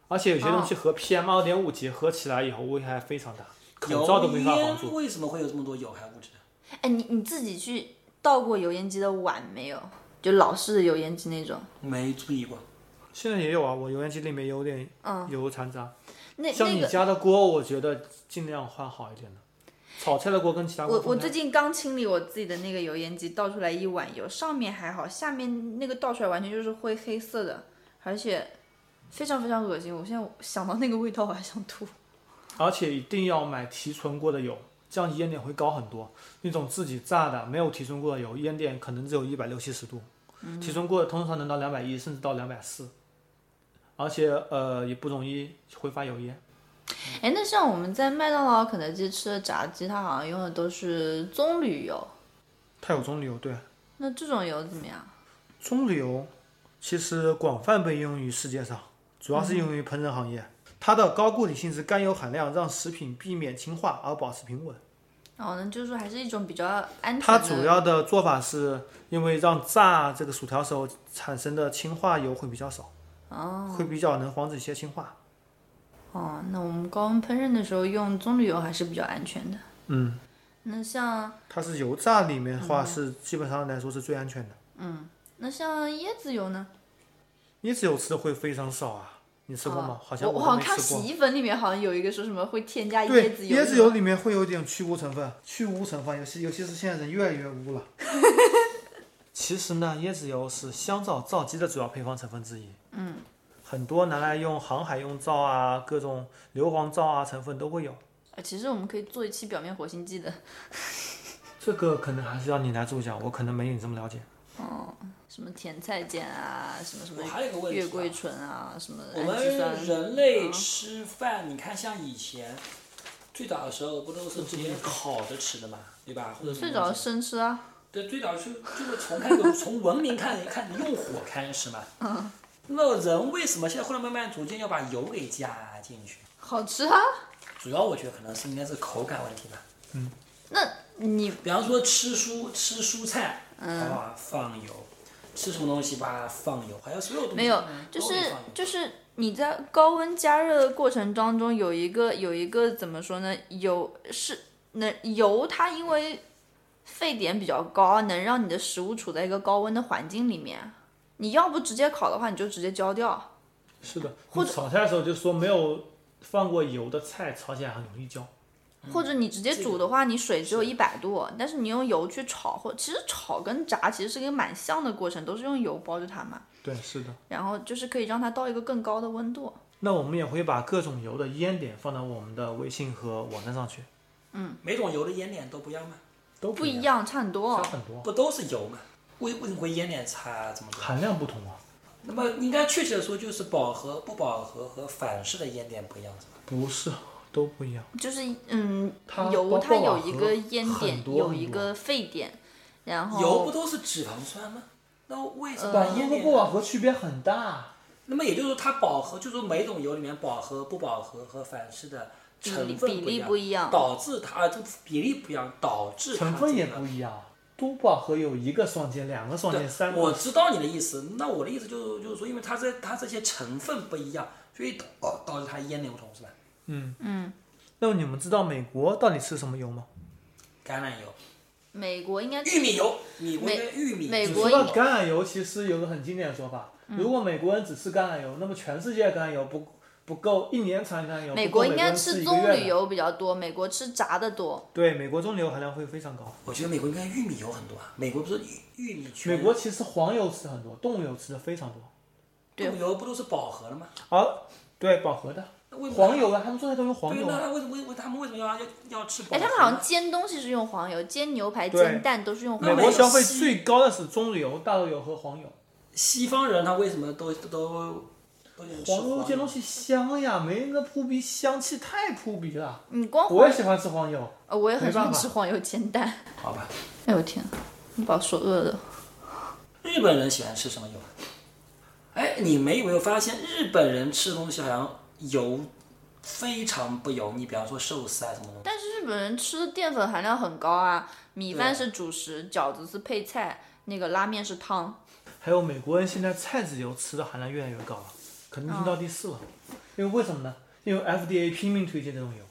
Speaker 2: 而且有些东西和 PM 二点五结合起来以后危害非常大，口罩都
Speaker 4: 油
Speaker 2: 没法防住
Speaker 4: 烟。为什么会有这么多有害物质？
Speaker 1: 哎，你你自己去倒过油烟机的碗没有？就老式的油烟机那种，
Speaker 4: 没注意过。
Speaker 2: 现在也有啊，我油烟机里面有点
Speaker 1: 嗯，
Speaker 2: 油残渣。
Speaker 1: 那
Speaker 2: 像
Speaker 1: 那
Speaker 2: 你
Speaker 1: 个
Speaker 2: 家的锅，我觉得尽量换好一点的，炒菜的锅跟其他锅
Speaker 1: 我我
Speaker 2: 分开
Speaker 1: 最近刚清理我自己的那个油烟机，倒出来一碗油，上面还好，下面那个倒出来完全就是灰黑色的，而且非常非常恶心。我现在想到那个味道，我还想吐。
Speaker 2: 而且一定要买提纯过的油，这样烟点会高很多。那种自己榨的没有提纯过的油，烟点可能只有一百六七十度，
Speaker 1: 嗯
Speaker 2: 提纯过的通常能到两百一甚至到两百四，而且呃也不容易挥发油烟。
Speaker 1: 哎，那像我们在麦当劳、肯德基吃的炸鸡，它好像用的都是棕榈油，
Speaker 2: 它有棕榈油，对，
Speaker 1: 那这种油怎么样？
Speaker 2: 棕榈油其实广泛被应用于世界上，主要是应用于烹饪行业。它的高固体性质甘油含量让食品避免氢化而保持平稳。
Speaker 1: 然后呢，哦就是说还是一种比较安全
Speaker 2: 它
Speaker 1: 的。
Speaker 2: 主要的做法是因为让炸这个薯条时候产生的氢化油会比较少，会比较能防止一些氢化。
Speaker 1: 哦，那我们高温烹饪的时候用棕榈油还是比较安全的。
Speaker 2: 嗯，
Speaker 1: 那像
Speaker 2: 它是油炸里面的
Speaker 1: 嗯
Speaker 2: 话是基本上来说是最安全的。
Speaker 1: 那像椰子油呢？
Speaker 2: 椰子油吃的会非常少啊，你吃过吗？
Speaker 1: 啊
Speaker 2: 好像
Speaker 1: 我
Speaker 2: 我
Speaker 1: 好像
Speaker 2: 都没
Speaker 1: 看
Speaker 2: 吃
Speaker 1: 洗
Speaker 2: 过。
Speaker 1: 衣粉里面好像有一个说什么会添加
Speaker 2: 对，
Speaker 1: 子油，椰
Speaker 2: 椰子油里面会有一点去污成分，去污成分，尤其尤其是现在人越来越
Speaker 1: (laughs)
Speaker 2: 污了。其实呢，椰子油是香皂皂基的主要配方成分之一。嗯，很多拿来用航海用皂啊，各种硫磺皂啊成分都会有。
Speaker 1: 呃其实我们可以做一期表面活性剂的，
Speaker 2: 这个可能还是要你来主讲，我可能没你这么了解。
Speaker 1: 什么甜菜碱啊，什么什
Speaker 4: 我还有一个
Speaker 1: 么
Speaker 4: 问题啊
Speaker 1: 月桂醇啊，什么
Speaker 4: 我
Speaker 1: 氨基
Speaker 4: 们
Speaker 1: 酸。嗯
Speaker 4: 人类吃饭，你看像以前最早的时候不都是直接烤着吃的嘛，对吧？或者
Speaker 1: 最早是生吃啊，
Speaker 4: 对，最早就就是从
Speaker 1: (laughs)
Speaker 4: 开始从文明看看用火开始嘛。嗯。那人为什么现在后来慢慢逐渐要把油给加进去？
Speaker 1: 好吃啊。
Speaker 4: 主要我觉得可能是应该是口感问题吧。
Speaker 1: 那你
Speaker 4: 比方说吃蔬吃蔬菜，
Speaker 1: 嗯
Speaker 4: 啊放油，吃什么东西吧放油，好像所有东西
Speaker 1: 没有
Speaker 4: 都会，
Speaker 1: 就是
Speaker 4: 放油
Speaker 1: 就是你在高温加热的过程当中，有一个有一个怎么说呢？油是能油，它因为沸点比较高，能让你的食物处在一个高温的环境里面。你要不直接烤的话，你就直接焦掉。
Speaker 2: 是的，或者炒菜的时候就说没有放过油的菜炒起来很容易焦。
Speaker 1: 或者你直接煮的话，你水只有一百度，但是你用油去炒，或其实炒跟炸其实是一个蛮像的过程，都是用油包着它嘛，
Speaker 2: 对，是的。
Speaker 1: 然后就是可以让它到一个更高的温度。
Speaker 2: 那我们也会把各种油的烟点放到我们的微信和网站上去，
Speaker 1: 嗯
Speaker 4: 每种油的烟点都不一样嘛，
Speaker 2: 都
Speaker 1: 不
Speaker 2: 一
Speaker 1: 一样，差很多。哦
Speaker 2: 差很多，
Speaker 4: 不都是油嘛？为为什么会烟点差这么多？
Speaker 2: 含量不同啊。
Speaker 4: 那么应该确切的说，就是饱和、不饱和和反式的烟点不一样，是吧？
Speaker 2: 不是，都不一样。
Speaker 1: 就是嗯
Speaker 2: 它，
Speaker 1: 油
Speaker 2: 包
Speaker 1: 它
Speaker 2: 括
Speaker 1: 有
Speaker 2: 网
Speaker 1: 一
Speaker 2: 盒
Speaker 1: 个烟
Speaker 2: 很
Speaker 1: 点，
Speaker 2: 多
Speaker 1: 有
Speaker 2: 很
Speaker 1: 一
Speaker 2: 多
Speaker 1: 个沸点，然后
Speaker 4: 油不都是脂肪酸吗？那为什
Speaker 1: 嗯
Speaker 4: 么把烟
Speaker 2: 和
Speaker 4: 点？
Speaker 2: 不饱和区别很大。
Speaker 4: 那么也就是说，它饱和，就是说每种油里面饱和、不饱和和反式的
Speaker 1: 比
Speaker 4: 成
Speaker 1: 例
Speaker 4: 分
Speaker 1: 比例
Speaker 4: 不
Speaker 1: 不一样
Speaker 4: 导致它啊这比例不一样，导致它
Speaker 2: 成分也
Speaker 4: 这个
Speaker 2: 不一样，多饱和有一个双键，两个双键，三
Speaker 4: 我
Speaker 2: 个。
Speaker 4: 知道你的意思，那我的意思就是就是说，因为它这它这些成分不一样，所以导导致它烟流不同是吧？
Speaker 2: 那么你们知道美国到底吃什么油吗？
Speaker 4: 橄榄油、
Speaker 1: 美国应该
Speaker 4: 玉米油，美国
Speaker 1: 美
Speaker 4: 的玉米
Speaker 1: 美
Speaker 4: 就是
Speaker 1: 国
Speaker 2: 说到橄
Speaker 1: 嗯
Speaker 2: 榄油，其实有个很经典的说法：如果美国人只吃橄榄油，那么全世界的橄榄油不不不够，一年才能有。
Speaker 1: 美
Speaker 2: 不够
Speaker 1: 国应该
Speaker 2: 人吃
Speaker 1: 吃
Speaker 2: 一个
Speaker 1: 棕
Speaker 2: 月
Speaker 1: 榈
Speaker 2: 的。
Speaker 1: 油比较多，美国吃炸的多。
Speaker 2: 对，美国棕榈油含量会非常高。
Speaker 4: 我觉得美国应该玉米油很多啊，美国不是玉玉米全
Speaker 2: 美国其实黄油吃很多，动物油吃的非常多，
Speaker 1: 对
Speaker 4: 动物油不都是饱和了吗？
Speaker 2: 而对饱和的
Speaker 4: 那为什么
Speaker 2: 黄油啊，他们做菜都用黄
Speaker 4: 对，
Speaker 2: 油
Speaker 4: 那
Speaker 2: 啊。
Speaker 4: 那为什么为为他们为什么要要要吃饱和
Speaker 1: 哎，
Speaker 4: 呢？
Speaker 1: 他们好像煎东西是用黄油，煎牛排、
Speaker 2: 对
Speaker 1: 煎蛋都是用黄油。
Speaker 2: 美
Speaker 4: 那
Speaker 2: 国
Speaker 4: 小
Speaker 2: 消费最高的是棕榈油、大豆油和黄油。
Speaker 4: 西方人他为什么都都都都喜欢吃
Speaker 2: 黄油
Speaker 4: 油
Speaker 2: 煎东西香呀，没那扑鼻，香气太扑鼻了。
Speaker 1: 你嗯光
Speaker 2: 我
Speaker 1: 黄
Speaker 2: 也喜欢吃黄油，
Speaker 1: 呃，我也很喜
Speaker 2: 没
Speaker 1: 欢
Speaker 2: 办法
Speaker 1: 吃黄油煎蛋。 (laughs)
Speaker 4: 好吧，
Speaker 1: 哎呦天，你把我说饿了。
Speaker 4: 日本人喜欢吃什么油？哎，你们有没有发现日本人吃东西好像油非常不油腻？比方说寿司啊什么东西，
Speaker 1: 但是日本人吃的淀粉含量很高啊，米饭
Speaker 4: 对
Speaker 1: 是主食，饺子是配菜，那个拉面是汤。
Speaker 2: 还有美国人现在菜籽油吃的含量越来越高了，啊可能已经到第四了。因为为什么呢？因为 FDA 拼命推荐这种油，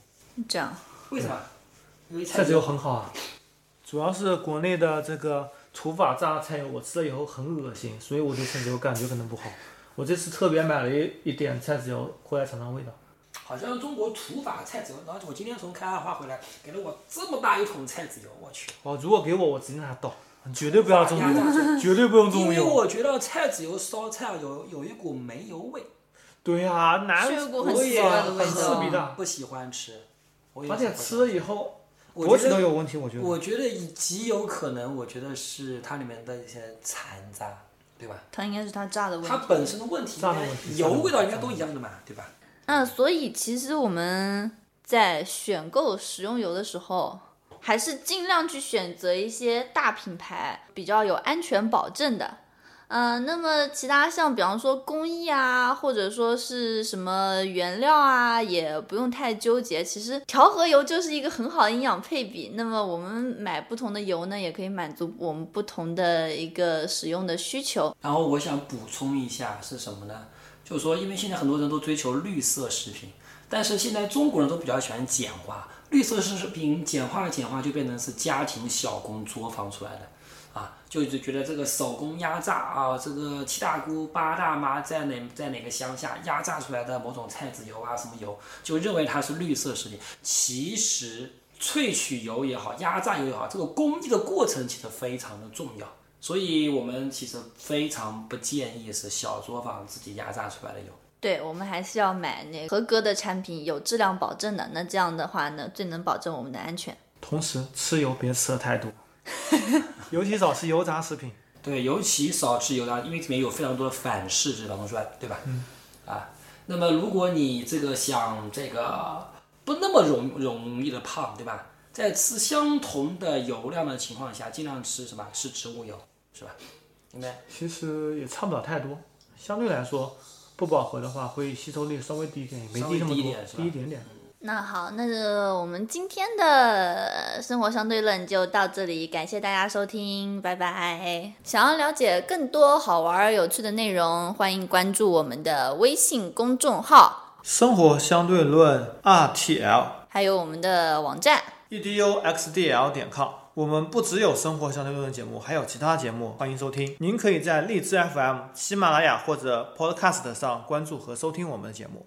Speaker 1: 这样，
Speaker 4: 为什么？因为
Speaker 2: 菜籽油很好啊。主要是国内的这个土法榨菜油，我吃了以后很恶心，所以我对菜籽油感觉可能不好。我这次特别买了一一点菜籽油回来尝尝味道。
Speaker 4: 好像中国土法菜籽油，然后我今天从开二花回来，给了我这么大一桶菜籽油，我去！
Speaker 2: 哦，如果给我，我直接拿它倒，绝对不要棕
Speaker 4: 哇压榨
Speaker 2: 榈油，绝对不用
Speaker 4: 因
Speaker 2: 棕榈
Speaker 4: 为
Speaker 2: 油。
Speaker 4: 我觉得菜籽油烧菜有有一股煤油味，
Speaker 2: 对呀、啊，男
Speaker 1: 血
Speaker 2: 我
Speaker 1: 果很奇
Speaker 2: 也
Speaker 1: 怪的味
Speaker 2: 很
Speaker 1: 道
Speaker 2: 啊刺鼻的，
Speaker 4: 不喜欢吃。我也
Speaker 2: 而且
Speaker 4: 不喜欢
Speaker 2: 吃了以后
Speaker 4: 我
Speaker 2: 脖
Speaker 4: 觉
Speaker 2: 子都
Speaker 4: 得
Speaker 2: 有问题，我觉得。
Speaker 4: 我觉得以极有可能，我觉得是它里面的一些残渣，对吧？
Speaker 1: 它应该是它炸的问题
Speaker 4: 它。本身的问题应
Speaker 2: 渣的问
Speaker 4: 该，
Speaker 2: 题
Speaker 4: 油味道应该都一样的嘛，对吧？
Speaker 1: 嗯，所以其实我们在选购食用油的时候，还是尽量去选择一些大品牌，比较有安全保证的。嗯、那么其他像比方说工艺啊，或者说是什么原料啊，也不用太纠结。其实调和油就是一个很好的营养配比。那么我们买不同的油呢，也可以满足我们不同的一个使用的需求。
Speaker 4: 然后我想补充一下是什么呢？就是说，因为现在很多人都追求绿色食品，但是现在中国人都比较喜欢简化，绿色食品简化简化就变成是家庭小工作坊出来的。啊，就就觉得这个手工压榨啊，这个七大姑八大妈在哪在哪个乡下压榨出来的某种菜籽油啊什么油，就认为它是绿色食品。其实萃取油也好，压榨油也好，这个工艺的过程其实非常的重要。所以我们其实非常不建议是小作坊自己压榨出来的油。
Speaker 1: 对，我们还是要买那合格的产品，有质量保证的。那这样的话呢，最能保证我们的安全。
Speaker 2: 同时，吃油别吃的太
Speaker 4: (laughs)
Speaker 2: 多，尤其少吃油炸食品。
Speaker 4: 对，尤其少吃油炸，因为里面有非常多的反式脂肪酸，对吧？嗯。啊，那么如果你这个想这个不那么容容易的胖，对吧？在吃相同的油量的情况下，尽量吃什么？吃植物油，是吧？明白？
Speaker 2: 其实也差不了太多，相对来说，不饱和的话会吸收率稍微低一点，也没
Speaker 4: 稍微
Speaker 2: 低那么
Speaker 4: 低一
Speaker 2: 多
Speaker 4: 点是，吧
Speaker 2: 低一点点。
Speaker 1: 那好，那呃我们今天的生活相对论就到这里，感谢大家收听，拜拜。想要了解更多好玩儿有趣的内容，欢迎关注我们的微信公众号，
Speaker 2: 生活相对论 RTL
Speaker 1: 还有我们的网站。
Speaker 2: eduxdl 点 com。我们不只有生活相对论节目，还有其他节目，欢迎收听。您可以在荔枝 FM、喜马拉雅或者 Podcast 上关注和收听我们的节目。